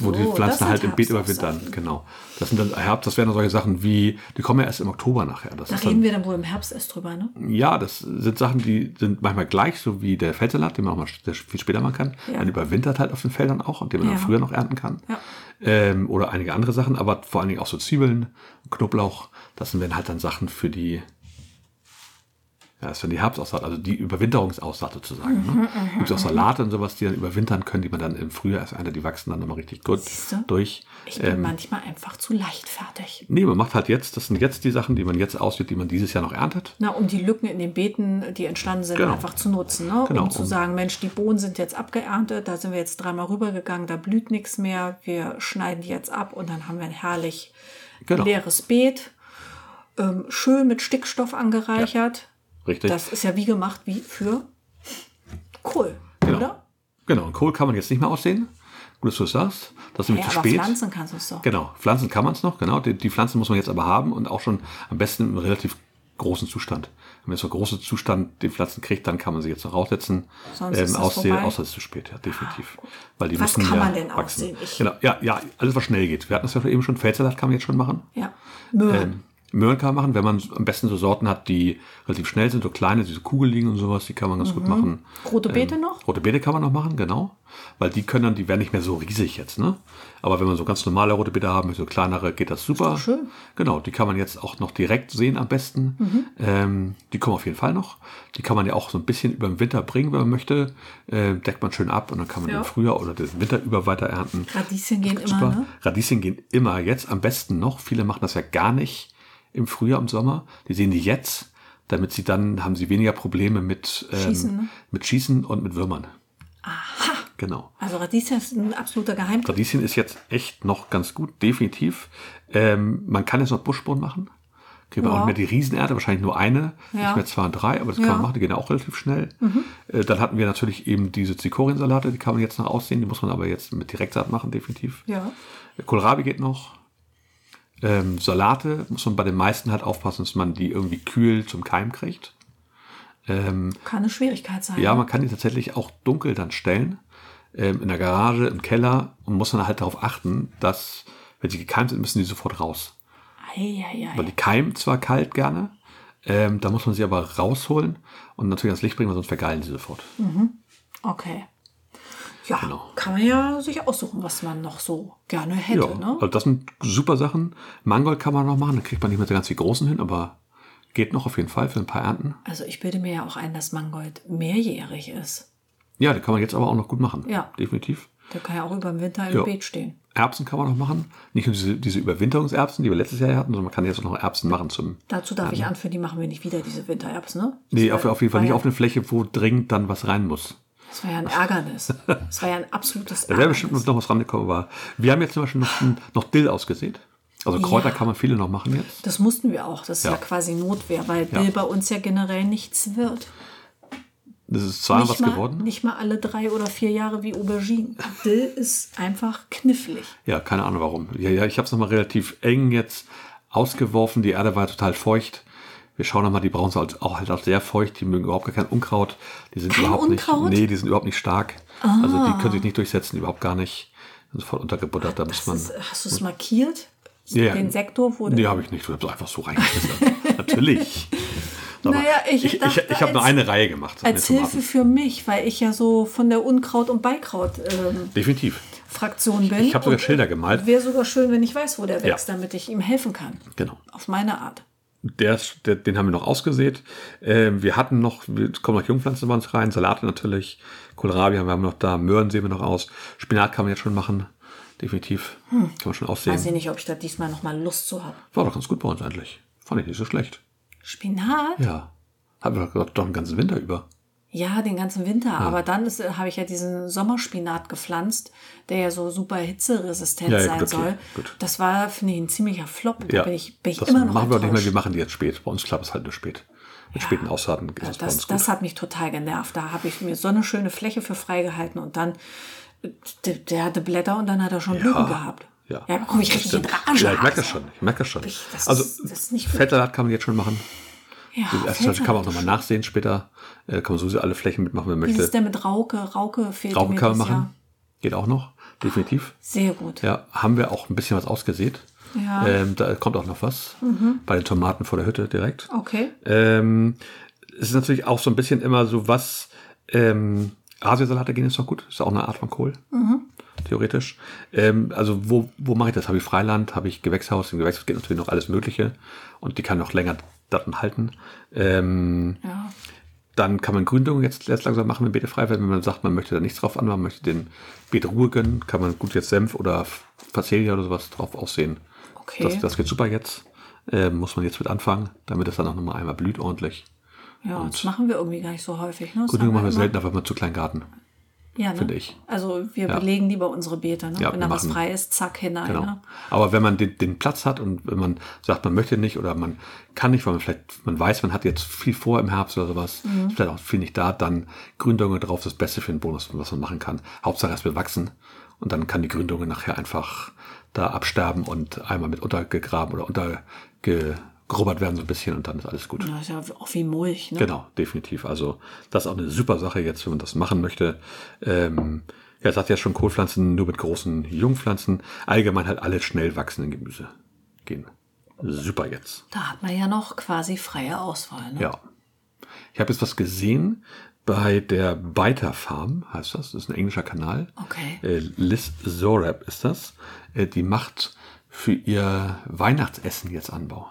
wo die so, das Pflanzen sind halt im Beet Herbstaussaaten. überwintern, genau. Das sind dann Herbst, das wären dann solche Sachen wie, die kommen ja erst im Oktober nachher. Das Da ist dann, reden wir dann wohl im Herbst erst drüber, ne? Ja, das sind Sachen, die sind manchmal gleich, so wie der Feldsalat, den man auch mal sch- der viel später machen kann. Ja. Man überwintert halt auf den Feldern auch und den man Ja. dann früher noch ernten kann. Ja. Ähm, oder einige andere Sachen, aber vor allen Dingen auch so Zwiebeln, Knoblauch, das sind dann halt dann Sachen für die, ja, das ist dann die Herbstaussaat, also die Überwinterungsaussaat sozusagen. Mhm, Ne? Gibt auch Salate und sowas, die dann überwintern können, die man dann im Frühjahr erst erntet, die wachsen dann nochmal richtig gut Siehste? durch. Ich Ähm. bin manchmal einfach zu leichtfertig. Nee, man macht halt jetzt, das sind jetzt die Sachen, die man jetzt auswählt, die man dieses Jahr noch erntet. Na, um die Lücken in den Beeten, die entstanden sind, Genau. einfach zu nutzen. Ne? Genau, Um zu um- sagen, Mensch, die Bohnen sind jetzt abgeerntet, da sind wir jetzt dreimal rübergegangen, da blüht nichts mehr, wir schneiden die jetzt ab und dann haben wir ein herrlich Genau. leeres Beet, ähm, schön mit Stickstoff angereichert. Richtig. Das ist ja wie gemacht wie für Kohl, Genau. oder? Genau, und Kohl kann man jetzt nicht mehr aussehen. Gut, dass du es sagst. Das ist Ja, nämlich zu aber spät. Pflanzen kannst du es doch. Genau, Pflanzen kann man es noch, genau. Die, die Pflanzen muss man jetzt aber haben und auch schon am besten im relativ großen Zustand. Wenn man so einen großen Zustand die Pflanzen kriegt, dann kann man sie jetzt noch raussetzen. Sonst ist das aussehen, vorbei. Ah, außer es ist zu spät, ja, definitiv. Weil die Was müssen kann ja man denn wachsen. aussehen? Ich- Genau, ja, ja, alles was schnell geht. Wir hatten das ja eben schon, Feldsalat kann man jetzt schon machen. Ja. Möhren. Ähm, Möhren kann man machen, wenn man am besten so Sorten hat, die relativ schnell sind, so kleine, diese Kugeligen und sowas, die kann Mhm. man ganz gut machen. Rote Beete noch? Ähm, Rote Beete kann man noch machen, genau. Weil die können dann, die werden nicht mehr so riesig jetzt, ne? Aber wenn man so ganz normale rote Beete haben, so kleinere, geht das super. schön. Genau, die kann man jetzt auch noch direkt sehen am besten. Mhm. Ähm, die kommen auf jeden Fall noch. Die kann man ja auch so ein bisschen über den Winter bringen, wenn man möchte. Ähm, deckt man schön ab und dann kann man Ja. im Frühjahr oder den Winter über weiter ernten. Radieschen gehen immer, Super. ne? Radieschen gehen immer jetzt, am besten noch. Viele machen das ja gar nicht im Frühjahr, im Sommer. Die sehen die jetzt, damit sie dann, haben sie weniger Probleme mit, ähm, Schießen, ne? mit Schießen und mit Würmern. Aha. Genau. Also Radieschen ist ein absoluter Geheimtipp. Radieschen ist jetzt echt noch ganz gut, definitiv. Ähm, man kann jetzt noch Buschbohnen machen. Kriegen wir Ja. auch nicht mehr die Riesenernte, wahrscheinlich nur eine, Ja. nicht mehr zwei und drei, aber das Ja. Mhm. kann man machen, die gehen auch relativ schnell. Äh, dann hatten wir natürlich eben diese Zikoriensalate, die kann man jetzt noch aussehen, die muss man aber jetzt mit Direktsaat machen, definitiv. Ja. Kohlrabi geht noch. Ähm, Salate muss man bei den meisten halt aufpassen, dass man die irgendwie kühl zum Keim kriegt. Ähm, Kann eine Schwierigkeit sein. Ja, man kann die tatsächlich auch dunkel dann stellen, ähm, in der Garage, im Keller und muss dann halt darauf achten, dass, wenn sie gekeimt sind, müssen die sofort raus. Eieiei. Weil die keimen zwar kalt gerne, Ähm, da muss man sie aber rausholen und natürlich ans Licht bringen, weil sonst vergeilen sie sofort. Okay. Ja, Genau. kann man ja sich aussuchen, was man noch so gerne hätte. ja, Ne? also das sind super Sachen. Mangold kann man noch machen, dann kriegt man nicht mehr so ganz die großen hin, aber geht noch auf jeden Fall für ein paar Ernten. Also ich bilde mir ja auch ein, dass Mangold mehrjährig ist. Ja, die kann man jetzt aber auch noch gut machen. Ja. Definitiv. Der kann ja auch über den Winter im Ja. Beet stehen. Erbsen kann man noch machen. Nicht nur diese, diese Überwinterungserbsen, die wir letztes Jahr hatten, sondern man kann jetzt auch noch Erbsen machen zum. Dazu darf ich anführen, die machen wir nicht wieder, diese Wintererbsen, ne? Nee, Das auf, war- auf jeden Fall war nicht ja, auf eine Fläche, wo dringend dann was rein muss. Das war ja ein [laughs] Ärgernis. Das war ja ein absolutes Da wäre bestimmt uns noch was rangekommen, aber wir haben jetzt zum Beispiel noch, noch Dill ausgesät. Also Kräuter Ja. kann man viele noch machen jetzt. Das mussten wir auch. Das ist ja, Ja. quasi Notwehr, weil Dill bei uns ja generell nichts wird. Das ist zwar was mal, geworden. nicht mal alle drei oder vier Jahre wie Auberginen. Dill ist einfach knifflig. Ja, keine Ahnung warum. Ja, ja ich habe es nochmal relativ eng jetzt ausgeworfen. Die Erde war total feucht. Wir schauen nochmal, die brauchen halt auch halt auch sehr feucht. Die mögen überhaupt gar kein Unkraut. Die sind Kein überhaupt Unkraut? Ah. nicht. Nee, die sind überhaupt nicht stark. Also die können sich nicht durchsetzen, überhaupt gar nicht. Sind voll untergebuttert. Da muss Das man. ist, hast du es markiert? Ja, ja. Den Sektor wurde. Nee, habe ich nicht. Ich habe es einfach so reingeschmissen. [laughs] Natürlich. Sag mal, Naja, ich ich, ich, dachte, ich habe nur als- eine Reihe gemacht. mit Als Tomaten. Hilfe für mich, weil ich ja so von der Unkraut- und Beikraut-Fraktion Definitiv. bin. Ich habe sogar Und Schilder gemalt. Wäre sogar schön, wenn ich weiß, wo der Ja. wächst, damit ich ihm helfen kann. Genau. Auf meine Art. Der, ist- der, den haben wir noch ausgesät. Ähm, wir hatten noch, wir es kommen noch Jungpflanzen bei uns rein, Salate natürlich, Kohlrabi haben wir noch da, Möhren sehen wir noch aus. Spinat kann man jetzt schon machen, definitiv. Hm. Kann man schon aussehen. Weiß ich nicht, ob ich da diesmal nochmal Lust zu habe. War doch ganz gut bei uns eigentlich. Fand ich nicht so schlecht. Spinat? Ja. Hatten wir doch, gesagt, doch den ganzen Winter über. Ja, den ganzen Winter. Aber dann ist- äh, habe ich ja diesen Sommerspinat gepflanzt, der ja so super hitzeresistent Ja, ja, sein gut, okay, soll. gut. Das war, finde ich, ein ziemlicher Flop. Da ja. bin ich, bin ich das immer noch machen wir auch nicht mehr, wir enttäuscht. machen die jetzt spät. Bei uns klappt es halt nur spät. Mit späten Aussaaten ist das, bei uns Das, gut. das hat mich total genervt. Da habe ich mir so eine schöne Fläche für freigehalten und dann, äh, der, der hatte Blätter und dann hat er schon Blüten gehabt. Ja, ja da komme ich das richtig in stimmt. Rage. Ja, ich merke das also. schon. Ich merke das schon. Ich- das also, ist- das ist nicht gut. Fettsalat kann man jetzt schon machen. Ja, Das fällt kann man mir auch nochmal schon. nachsehen später. Äh, kann man sowieso alle Flächen mitmachen, wenn man Wie ist es möchte. denn mit Rauke? Rauke fehlt Rauchen mir kann man dieses machen. Jahr. Geht auch noch. Definitiv. Sehr gut. Ja, haben wir auch ein bisschen was ausgesät. Ja. Mhm. Ähm, da kommt auch noch was. Bei den Tomaten vor der Hütte direkt. Okay. Ähm, es ist natürlich auch so ein bisschen immer so, was ähm, Asiasalate gehen ist doch gut. Ist auch eine Art von Kohl. Theoretisch. Ähm, also wo, wo mache ich das? Habe ich Freiland? Habe ich Gewächshaus? Im Gewächshaus geht natürlich noch alles Mögliche. Und die kann noch länger Daten halten. Ähm, Ja. dann kann man Gründung jetzt, jetzt langsam machen, wenn Beete frei werden. Wenn man sagt, man möchte da nichts drauf anmachen, möchte dem Beet Ruhe gönnen, kann man gut jetzt Senf oder Facelia oder sowas drauf aussehen. Okay. Das, das geht super jetzt. Ähm, muss man jetzt mit anfangen, damit es dann auch nochmal einmal blüht ordentlich. Ja, das machen wir irgendwie gar nicht so häufig. Ne? Das Gründung haben machen wir immer- selten, aber immer zu kleinen Garten. ja, ne? finde ich. Also wir Ja. belegen lieber unsere Beete. Ne? Ja, Wenn wir da was machen- frei ist, zack hinein. Genau. Ne? Aber wenn man den, den Platz hat und wenn man sagt, man möchte nicht oder man kann nicht, weil man vielleicht, man weiß, man hat jetzt viel vor im Herbst oder sowas, Mhm. ist vielleicht auch viel nicht da, dann Gründungen drauf, das Beste für den Bonus, was man machen kann. Hauptsache es wird wachsen und dann kann die Gründungen nachher einfach da absterben und einmal mit untergegraben oder untergegrubbert werden so ein bisschen und dann ist alles gut. Das ist ja auch wie Mulch. Ne? Genau, definitiv. Also das ist auch eine super Sache jetzt, wenn man das machen möchte. Ähm, ja, sagt ja schon Kohlpflanzen nur mit großen Jungpflanzen. Allgemein halt alle schnell wachsenden Gemüse gehen. Super jetzt. Da hat man ja noch quasi freie Auswahl. Ne? Ja. Ich habe jetzt was gesehen bei der Beiter Farm, heißt das. Das ist ein englischer Kanal. Okay. Äh, Liz Zorab ist das. Äh, die macht für ihr Weihnachtsessen jetzt Anbau.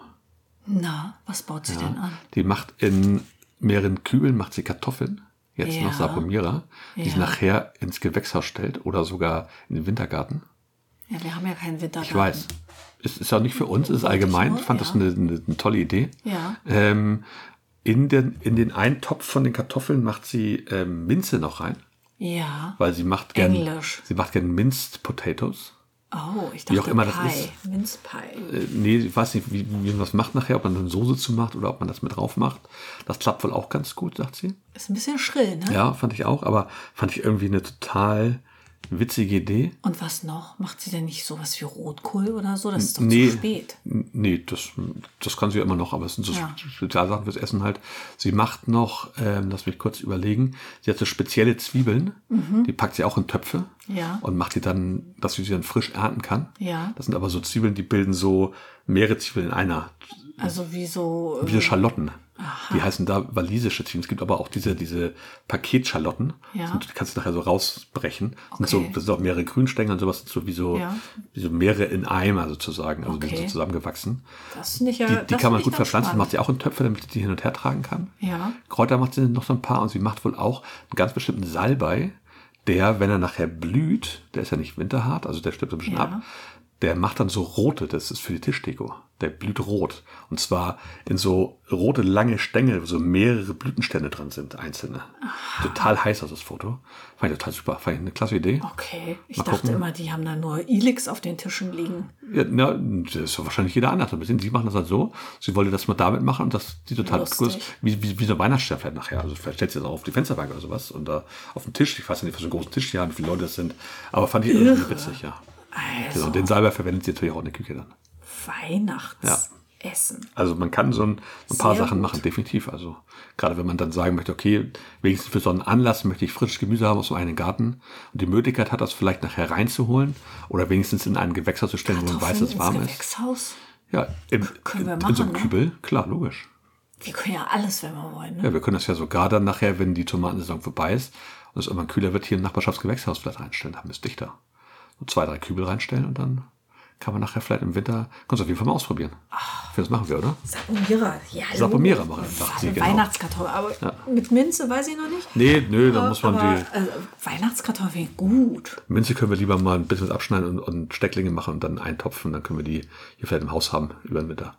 Na, was baut sie denn an? Die macht in mehreren Kübeln macht sie Kartoffeln. Jetzt Ja. noch Sapomira, die sie Ja. nachher ins Gewächshaus stellt oder sogar in den Wintergarten. Ja, wir haben ja keinen Wintergarten. Ich weiß. Es ist ja nicht für uns, es ist allgemein. nur, Ich fand das ja. eine, eine, eine tolle Idee. Ja. Ähm, in, den, in den einen Topf von den Kartoffeln macht sie ähm, Minze noch rein, Ja. weil sie macht gern, Englisch. sie macht gern Minced Potatoes. Oh, ich dachte Wie auch immer das Pie. ist. Minzpie. Äh, nee, ich weiß nicht, wie, wie man das macht nachher, ob man eine Soße zu macht oder ob man das mit drauf macht. Das klappt wohl auch ganz gut, sagt sie. Ist ein bisschen schrill, ne? Ja, fand ich auch, aber fand ich irgendwie eine total Witzige Idee. Und was noch? Macht sie denn nicht sowas wie Rotkohl oder so? Das ist doch nee. zu spät. N- Nee, das, das kann sie ja immer noch, aber es sind so Ja. Spezialsachen fürs Essen halt. Sie macht noch, ähm, lass mich kurz überlegen, sie hat so spezielle Zwiebeln, die packt sie auch in Töpfe Mhm. Ja. und macht die dann, dass sie sie dann frisch ernten kann. Ja. Das sind aber so Zwiebeln, die bilden so mehrere Zwiebeln in einer, Also wie so. wie so Schalotten. Die heißen da walisische Zwiebeln. Es gibt aber auch diese, diese Paketschalotten. Ja. Sind, die kannst du nachher so rausbrechen. Sind so, Okay. das sind auch mehrere Grünstängel und sowas, so wie so, Ja. wie so mehrere in Eimer sozusagen, also die sind Okay. so zusammengewachsen. das nicht, ja, Die, die das kann man gut find ich dann verpflanzen, spannend. macht sie auch in Töpfe, damit sie die hin und her tragen kann. Ja. Kräuter macht sie noch so ein paar und sie macht wohl auch einen ganz bestimmten Salbei, der, wenn er nachher blüht, der ist ja nicht winterhart, also der stirbt so ein bisschen Ja. ab, der macht dann so rote, das ist für die Tischdeko. Der blüht rot. Und zwar in so rote, lange Stängel, wo so mehrere Blütenstände dran sind, einzelne. Total heiß aus das Foto. Fand ich total super, fand ich eine klasse Idee. Okay. Ich Mal dachte gucken. immer, die haben da nur Ilix auf den Tischen liegen. Ja, na, das ist wahrscheinlich jeder anders ein bisschen. Sie machen das halt so. Sie wollte das mal damit machen und das sieht total Lustig. cool aus. Wie, wie, wie so ein Weihnachtsstern vielleicht nachher. Also vielleicht stellt sie das auch auf die Fensterbank oder sowas und da auf den Tisch. Ich weiß ja nicht, was für einen großen Tisch die haben, wie viele Leute das sind. Aber fand ich irgendwie witzig, ja. Also, Genau. Den Salbei verwendet sie natürlich auch in der Küche dann. Weihnachtsessen. Also man kann so ein, ein paar Sehr Sachen gut. machen, definitiv. Also gerade wenn man dann sagen möchte, okay, wenigstens für so einen Anlass möchte ich frisches Gemüse haben aus meinem eigenen Garten und die Möglichkeit hat, das vielleicht nachher reinzuholen oder wenigstens in ein Gewächshaus zu stellen, wo man weiß, Kartoffeln dass es ins warm ist. Gewächshaus. Ja, im, Können wir in so einem machen, ne? Kübel, klar, logisch. Wir können ja alles, wenn wir wollen. Ne? Ja, wir können das ja sogar dann nachher, wenn die Tomatensaison vorbei ist und es irgendwann kühler wird, hier im Nachbarschaftsgewächshaus vielleicht reinstellen, haben wir es dichter. So zwei, drei Kübel reinstellen und dann kann man nachher vielleicht im Winter, kannst du auf jeden Fall mal ausprobieren. Ich finde, das machen wir, oder? Sapomira, ja. Sapomira machen wir, sagt sie, genau. Weihnachtskartoffeln, aber mit Minze weiß ich noch nicht. Nee, nö, dann muss man aber, die Also, Weihnachtskartoffeln, gut. Minze können wir lieber mal ein bisschen abschneiden und, und Stecklinge machen und dann eintopfen, dann können wir die hier vielleicht im Haus haben über den Winter.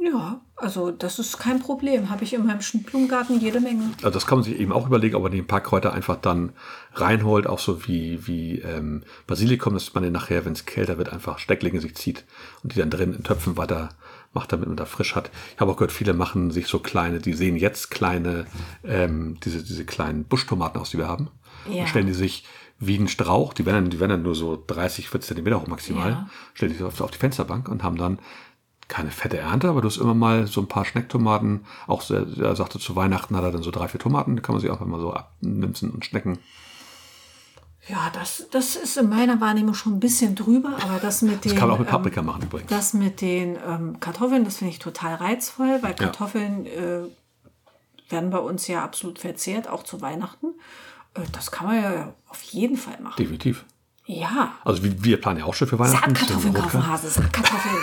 Ja, also das ist kein Problem. Habe ich in meinem Sch- Blumengarten jede Menge. Also das kann man sich eben auch überlegen, ob man den Parkkräuter einfach dann reinholt, auch so wie, wie ähm, Basilikum, dass man den nachher, wenn es kälter wird, einfach Stecklinge sich zieht und die dann drin in Töpfen weiter macht, damit man da frisch hat. Ich habe auch gehört, viele machen sich so kleine, die sehen jetzt kleine, ähm, diese, diese kleinen Buschtomaten aus, die wir haben. Ja. Und stellen die sich wie einen Strauch, die werden, dann- die werden dann nur so 30, 40 Zentimeter hoch maximal, Ja. stellen die auf, auf die Fensterbank und haben dann keine fette Ernte, aber du hast immer mal so ein paar Schnecktomaten. Auch so- er sagte, zu Weihnachten hat er dann so drei, vier Tomaten. Da kann man sich einfach mal so abnimsen und schnecken. Ja, das, das ist in meiner Wahrnehmung schon ein bisschen drüber, aber das mit den. Das kann man auch mit ähm, Paprika machen übrigens. Das mit den ähm, Kartoffeln, das finde ich total reizvoll, weil Kartoffeln äh, werden bei uns ja absolut verzehrt, auch zu Weihnachten. Äh, das kann man ja auf jeden Fall machen. Definitiv. ja. Also wir, wir planen ja auch schon für Weihnachten. Bisschen Saatkartoffeln kaufen, Rotkörper. Hase. Saatkartoffeln.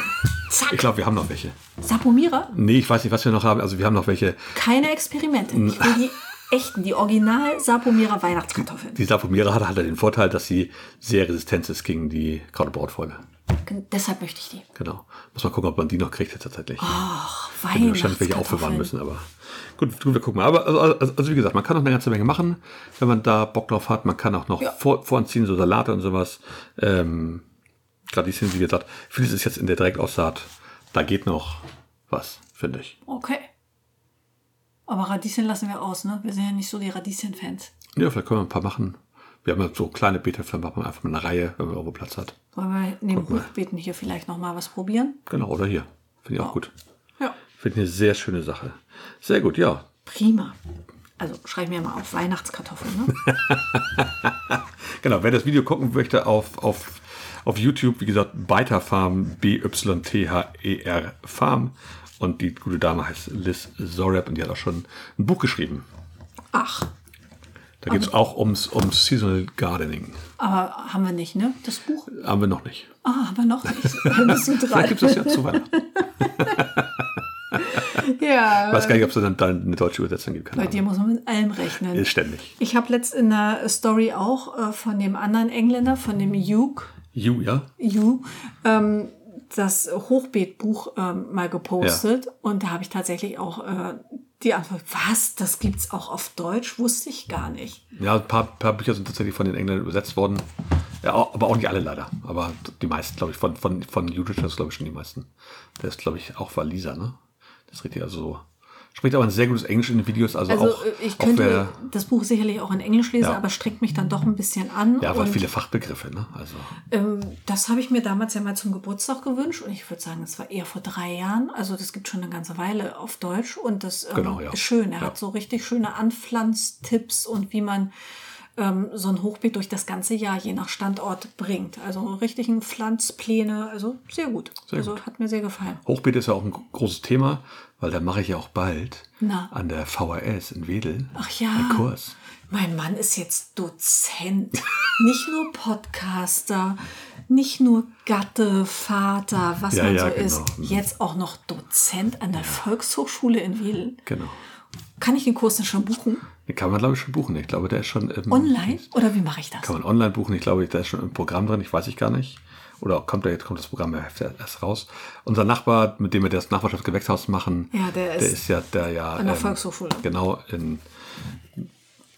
Ich Zack. glaube, wir haben noch welche. Sapomira? Nee, ich weiß nicht, was wir noch haben. Also wir haben noch welche. Keine Experimente. Ich will die echten, die original Sapomira Weihnachtskartoffeln. Die Sapomira hat halt den Vorteil, dass sie sehr resistent ist gegen die Krautbrautfolge. Gen- Deshalb möchte ich die. Genau. Muss man gucken, ob man die noch kriegt jetzt tatsächlich. Hätten wir wahrscheinlich welche aufbewahren Weihnachtskartoffeln. müssen, aber gut, gut, wir gucken mal. Aber also, also, also wie gesagt, man kann noch eine ganze Menge machen, wenn man da Bock drauf hat. Man kann auch noch vor, voranziehen, so Salate und sowas. Ähm, Gerade die Szenen, wie gesagt, vieles ist jetzt in der Direktaussaat. Da geht noch was, finde ich. Okay. Aber Radieschen lassen wir aus, ne? Wir sind ja nicht so die Radieschen-Fans. Ja, vielleicht können wir ein paar machen. Wir haben ja so kleine Beete, vielleicht machen wir einfach mal eine Reihe, wenn man irgendwo Platz hat. Wollen wir neben Hochbeeten hier vielleicht nochmal was probieren? Genau, oder hier. Finde ich auch gut. Ja. Finde ich eine sehr schöne Sache. Sehr gut, ja. Prima. Also schreib mir mal auf Weihnachtskartoffeln, ne? Genau, wer das Video gucken möchte auf, auf, auf YouTube, wie gesagt, Beiterfarm, B-Y-T-H-E-R E Farm. Und die gute Dame heißt Liz Zorab und die hat auch schon ein Buch geschrieben. [laughs] Ach, Da Ah. geht es auch ums, ums Seasonal Gardening. aber haben wir nicht, ne? Das Buch? Haben wir noch nicht. Ah, aber noch [laughs] nicht. Wir müssen Vielleicht dran. gibt es das ja zu [laughs] Weihnachten. Ich Ja. weiß gar nicht, ob es dann, dann eine deutsche Übersetzung gibt. Keine Bei dir Ahnung. muss man mit allem rechnen. Ist ständig. Ich habe letzt in der Story auch äh, von dem anderen Engländer, von dem Hugh, You, ja? Hugh ähm, das Hochbeetbuch ähm, mal gepostet. Und da habe ich tatsächlich auch äh, die Antwort, was, das gibt's auch auf Deutsch? Wusste ich gar nicht. Ja, ein paar, paar Bücher sind tatsächlich von den Engländern übersetzt worden. Ja, au- aber auch nicht alle leider. Aber die meisten, glaube ich, von, von, von Judith ist, glaube ich, schon die meisten. Der ist, glaube ich, auch Waliser, ne? Das ist richtig, also so spricht aber ein sehr gutes Englisch in den Videos. Also, Also auch, äh, ich auch könnte wer, das Buch sicherlich auch in Englisch lesen, Ja. aber strengt mich dann doch ein bisschen an. ja, aber und viele Fachbegriffe, ne? Also ähm, das habe ich mir damals ja mal zum Geburtstag gewünscht und ich würde sagen, es war eher vor drei Jahren. Also das gibt schon eine ganze Weile auf Deutsch und das ähm, Genau, ja. ist schön. Er Ja. hat so richtig schöne Anpflanztipps und wie man ähm, so ein Hochbeet durch das ganze Jahr je nach Standort bringt. Also richtigen Pflanzpläne, also sehr gut. Sehr also gut. hat mir sehr gefallen. Hochbeet ist ja auch ein großes Thema, weil da mache ich ja auch bald Na. an der VHS in Wedel Ach ja. einen Kurs. Mein Mann ist jetzt Dozent, [laughs] nicht nur Podcaster, nicht nur Gatte, Vater, was Ja, man ja, so genau. ist. Mhm. Jetzt auch noch Dozent an der Volkshochschule in Wedel. Genau. Kann ich den Kurs denn schon buchen? Den kann man, glaube ich, schon buchen. Ich glaube, der ist schon im, Online? Oder wie mache ich das? Kann man online buchen. Ich glaube, der ist schon im Programm drin. Ich weiß ich gar nicht. Oder kommt der, jetzt kommt das Programm ja erst raus. Unser Nachbar, mit dem wir das Nachbarschaftsgewächshaus machen, Ja, der ist ja, der ja. ähm, an der Volkshochschule. Genau, in,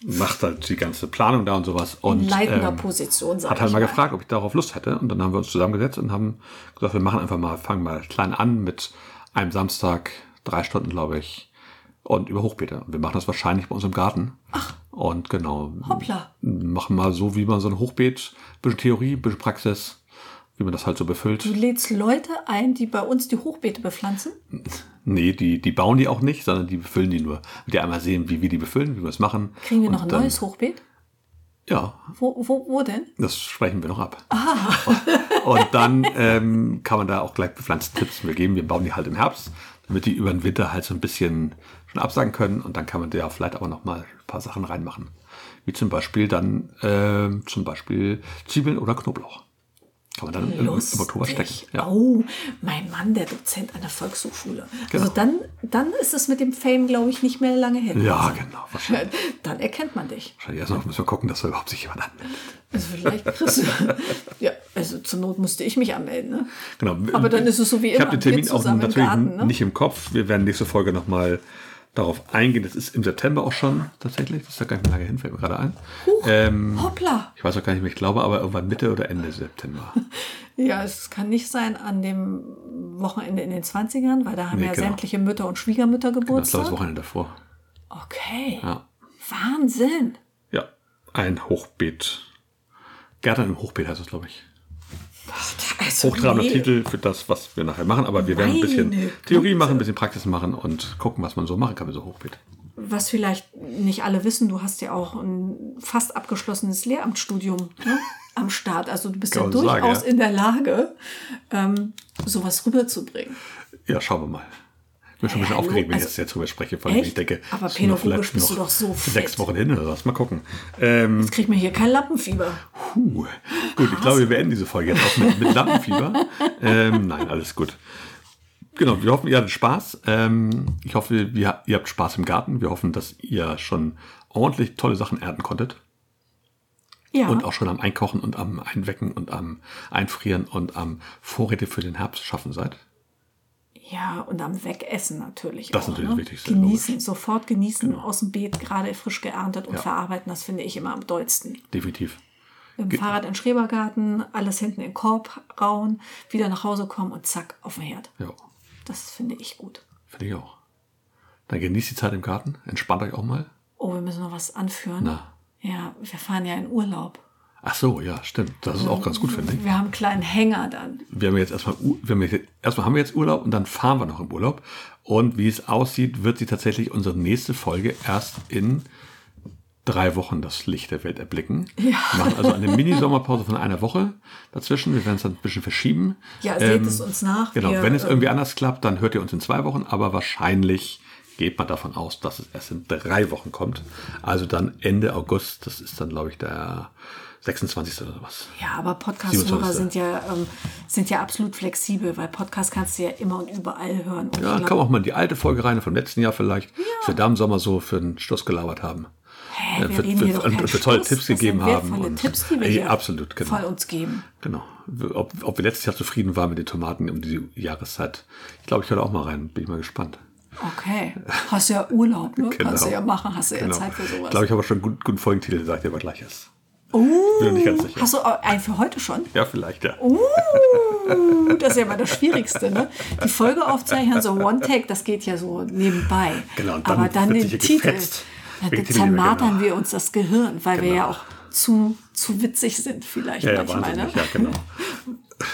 macht halt die ganze Planung da und sowas. Und, leitender ähm, Position, sag Hat halt ich mal mal. gefragt, ob ich darauf Lust hätte. Und dann haben wir uns zusammengesetzt und haben gesagt, wir machen einfach mal, fangen mal klein an mit einem Samstag, drei Stunden, glaube ich, und über Hochbeete. Und wir machen das wahrscheinlich bei uns im Garten. Ach. Und genau. Hoppla. Machen mal so, wie man so ein Hochbeet, bisschen Theorie, bisschen Praxis, wie man das halt so befüllt. Du lädst Leute ein, die bei uns die Hochbeete bepflanzen? Nee, die, die bauen die auch nicht, sondern die befüllen die nur. Und die einmal sehen, wie wir die befüllen, wie wir es machen. Kriegen wir Und noch ein dann- neues Hochbeet? Ja, Wo, wo, wo denn? Das sprechen wir noch ab. [laughs] Und dann ähm, kann man da auch gleich Bepflanztipps mehr geben. Wir bauen die halt im Herbst, damit die über den Winter halt so ein bisschen schon absagen können. Und dann kann man da vielleicht auch noch mal ein paar Sachen reinmachen. Wie zum Beispiel dann ähm, zum Beispiel Zwiebeln oder Knoblauch. Kann man dann im, im Lustig. Oktober stecken. Ja. Oh, mein Mann, der Dozent an der Volkshochschule. Genau. Also dann, dann ist es mit dem Fame, glaube ich, nicht mehr lange hin. ja, genau. Wahrscheinlich, [laughs] Dann erkennt man dich. wahrscheinlich erstmal müssen wir gucken, dass wir überhaupt sich jemand anmeldet. Also vielleicht kriegst du. [laughs] ja, also zur Not musste ich mich anmelden. Ne? Genau. Aber dann ist es so wie Ich immer. habe den Termin Wir auch zusammen im natürlich Garten, ne? nicht im Kopf. Wir werden nächste Folge nochmal darauf eingehen. Das ist im September auch schon tatsächlich. Das ist ja gar nicht mehr lange hin, fällt mir gerade ein. Huch, Ähm, hoppla. ich weiß auch gar nicht mehr, ich glaube aber irgendwann Mitte oder Ende September. Ja, es kann nicht sein an dem Wochenende in den 20ern, weil da haben Nee, ja genau. sämtliche Mütter und Schwiegermütter Das war Geburtstag. das Wochenende davor. okay. Ja. Wahnsinn. ja, ein Hochbeet. Gärtner im Hochbeet heißt es, glaube ich. Also, Hochtrabender nee. Titel für das, was wir nachher machen. Aber wir werden ein Meine bisschen Theorie machen, ein bisschen Praxis machen und gucken, was man so machen kann mit so Hochbeet. was vielleicht nicht alle wissen, du hast ja auch ein fast abgeschlossenes Lehramtsstudium ne, am Start. Also du bist ja Kann man so sagen, durchaus ja. in der Lage, ähm, sowas rüberzubringen. Ja, schauen wir mal. Ich bin schon ein bisschen Hallo? aufgeregt, wenn ich Also- jetzt, jetzt drüber spreche, weil ich Echt? denke, Aber es sind noch pädagogisch vielleicht bist du noch doch so fit. Sechs Wochen hin oder was? Mal gucken. Ähm, Jetzt kriegt man hier kein Lappenfieber. puh. Gut, ich glaube, wir beenden diese Folge jetzt auch mit, mit Lampenfieber. ähm, nein, alles gut. Genau, wir hoffen, ihr hattet Spaß. Ähm, ich hoffe, wir, ihr habt Spaß im Garten. Wir hoffen, dass ihr schon ordentlich tolle Sachen ernten konntet. Ja, Und auch schon am Einkochen und am Einwecken und am Einfrieren und am Vorräte für den Herbst schaffen seid. ja, und am Wegessen natürlich. Das ist auch, natürlich ne? das Wichtigste, Genau. Genießen, sofort genießen, aus dem Beet gerade frisch geerntet und Ja. verarbeiten, das finde ich immer am dollsten. Definitiv. Mit dem Ge- Fahrrad in den Schrebergarten, alles hinten in den Korb rauen, wieder nach Hause kommen und zack, auf den Herd. Ja. Das finde ich gut. Finde ich auch. Dann genießt die Zeit im Garten, entspannt euch auch mal. Oh, wir müssen noch was anführen. Na. Ja, wir fahren ja in Urlaub. Ach so, ja, stimmt. Das ist auch ganz gut, finde ich. Wir haben einen kleinen Hänger dann. Wir haben jetzt erstmal, U- wir haben jetzt, erstmal haben wir jetzt Urlaub und dann fahren wir noch im Urlaub. Und wie es aussieht, wird sie tatsächlich unsere nächste Folge erst in drei Wochen das Licht der Welt erblicken. Ja. Wir machen also eine Mini-Sommerpause von einer Woche dazwischen. Wir werden es dann ein bisschen verschieben. Ja, seht es uns nach. Genau, Wir, wenn es ähm, irgendwie anders klappt, dann hört ihr uns in zwei Wochen, aber wahrscheinlich geht man davon aus, dass es erst in drei Wochen kommt. Also dann Ende August, das ist dann, glaube ich, der 26. oder was. Ja, aber Podcast-Hörer 27.. sind, ja, ähm, sind ja absolut flexibel, weil Podcast kannst du ja immer und überall hören. Und Ja, ich kann glaub, auch mal in die alte Folge rein, vom letzten Jahr vielleicht, dass wir da im Sommer so für einen Schluss gelabert haben. Äh, hä, wir für, reden für, hier doch und keinen für tolle Schluss. Tipps Das gegeben sind haben. wertvolle Und, Tipps, die wir Ey, hier absolut, genau. voll uns geben. genau. Ob, ob wir letztes Jahr zufrieden waren mit den Tomaten um die Jahreszeit. Ich glaube, ich höre da auch mal rein, bin ich mal gespannt. Okay, hast ja Urlaub, ne? Genau. kannst du ja machen, hast du ja Genau. Zeit für Ich sowas. glaube, ich habe schon einen guten, guten Folgentitel gesagt, der aber gleich ist. Oh, Bin mir nicht ganz sicher. Hast du auch einen für heute schon? Ja, vielleicht, ja. Uh, das ist ja mal das Schwierigste, ne? Die Folge aufzeichnen, so One-Take, das geht ja so nebenbei. Genau, und dann Aber dann wird sich den hier Titel, gefetzt. dann Wegen Titel, zermatern genau. wir uns das Gehirn, weil wir ja Genau. auch zu, zu witzig sind vielleicht Ja, ja, manchmal, ne? wahnsinnig. Ja, genau. [laughs]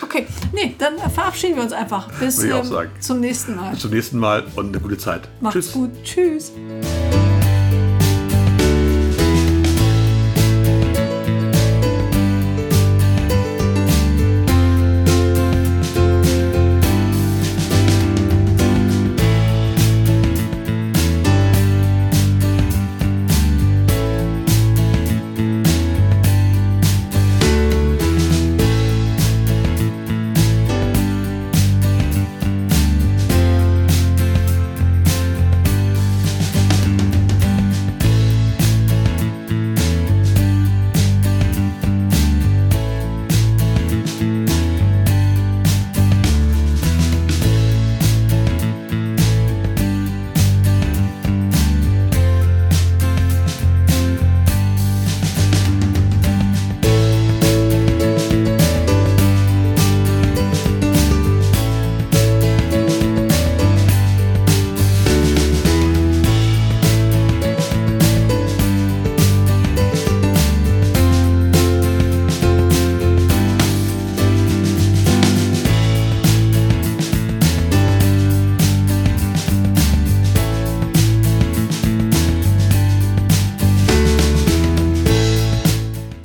Okay, nee, dann verabschieden wir uns einfach. Bis Würde ich auch ähm, sagen. zum nächsten Mal. Bis zum nächsten Mal und eine gute Zeit. Macht's Tschüss. gut. Tschüss.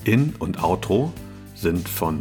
In- und Outro sind von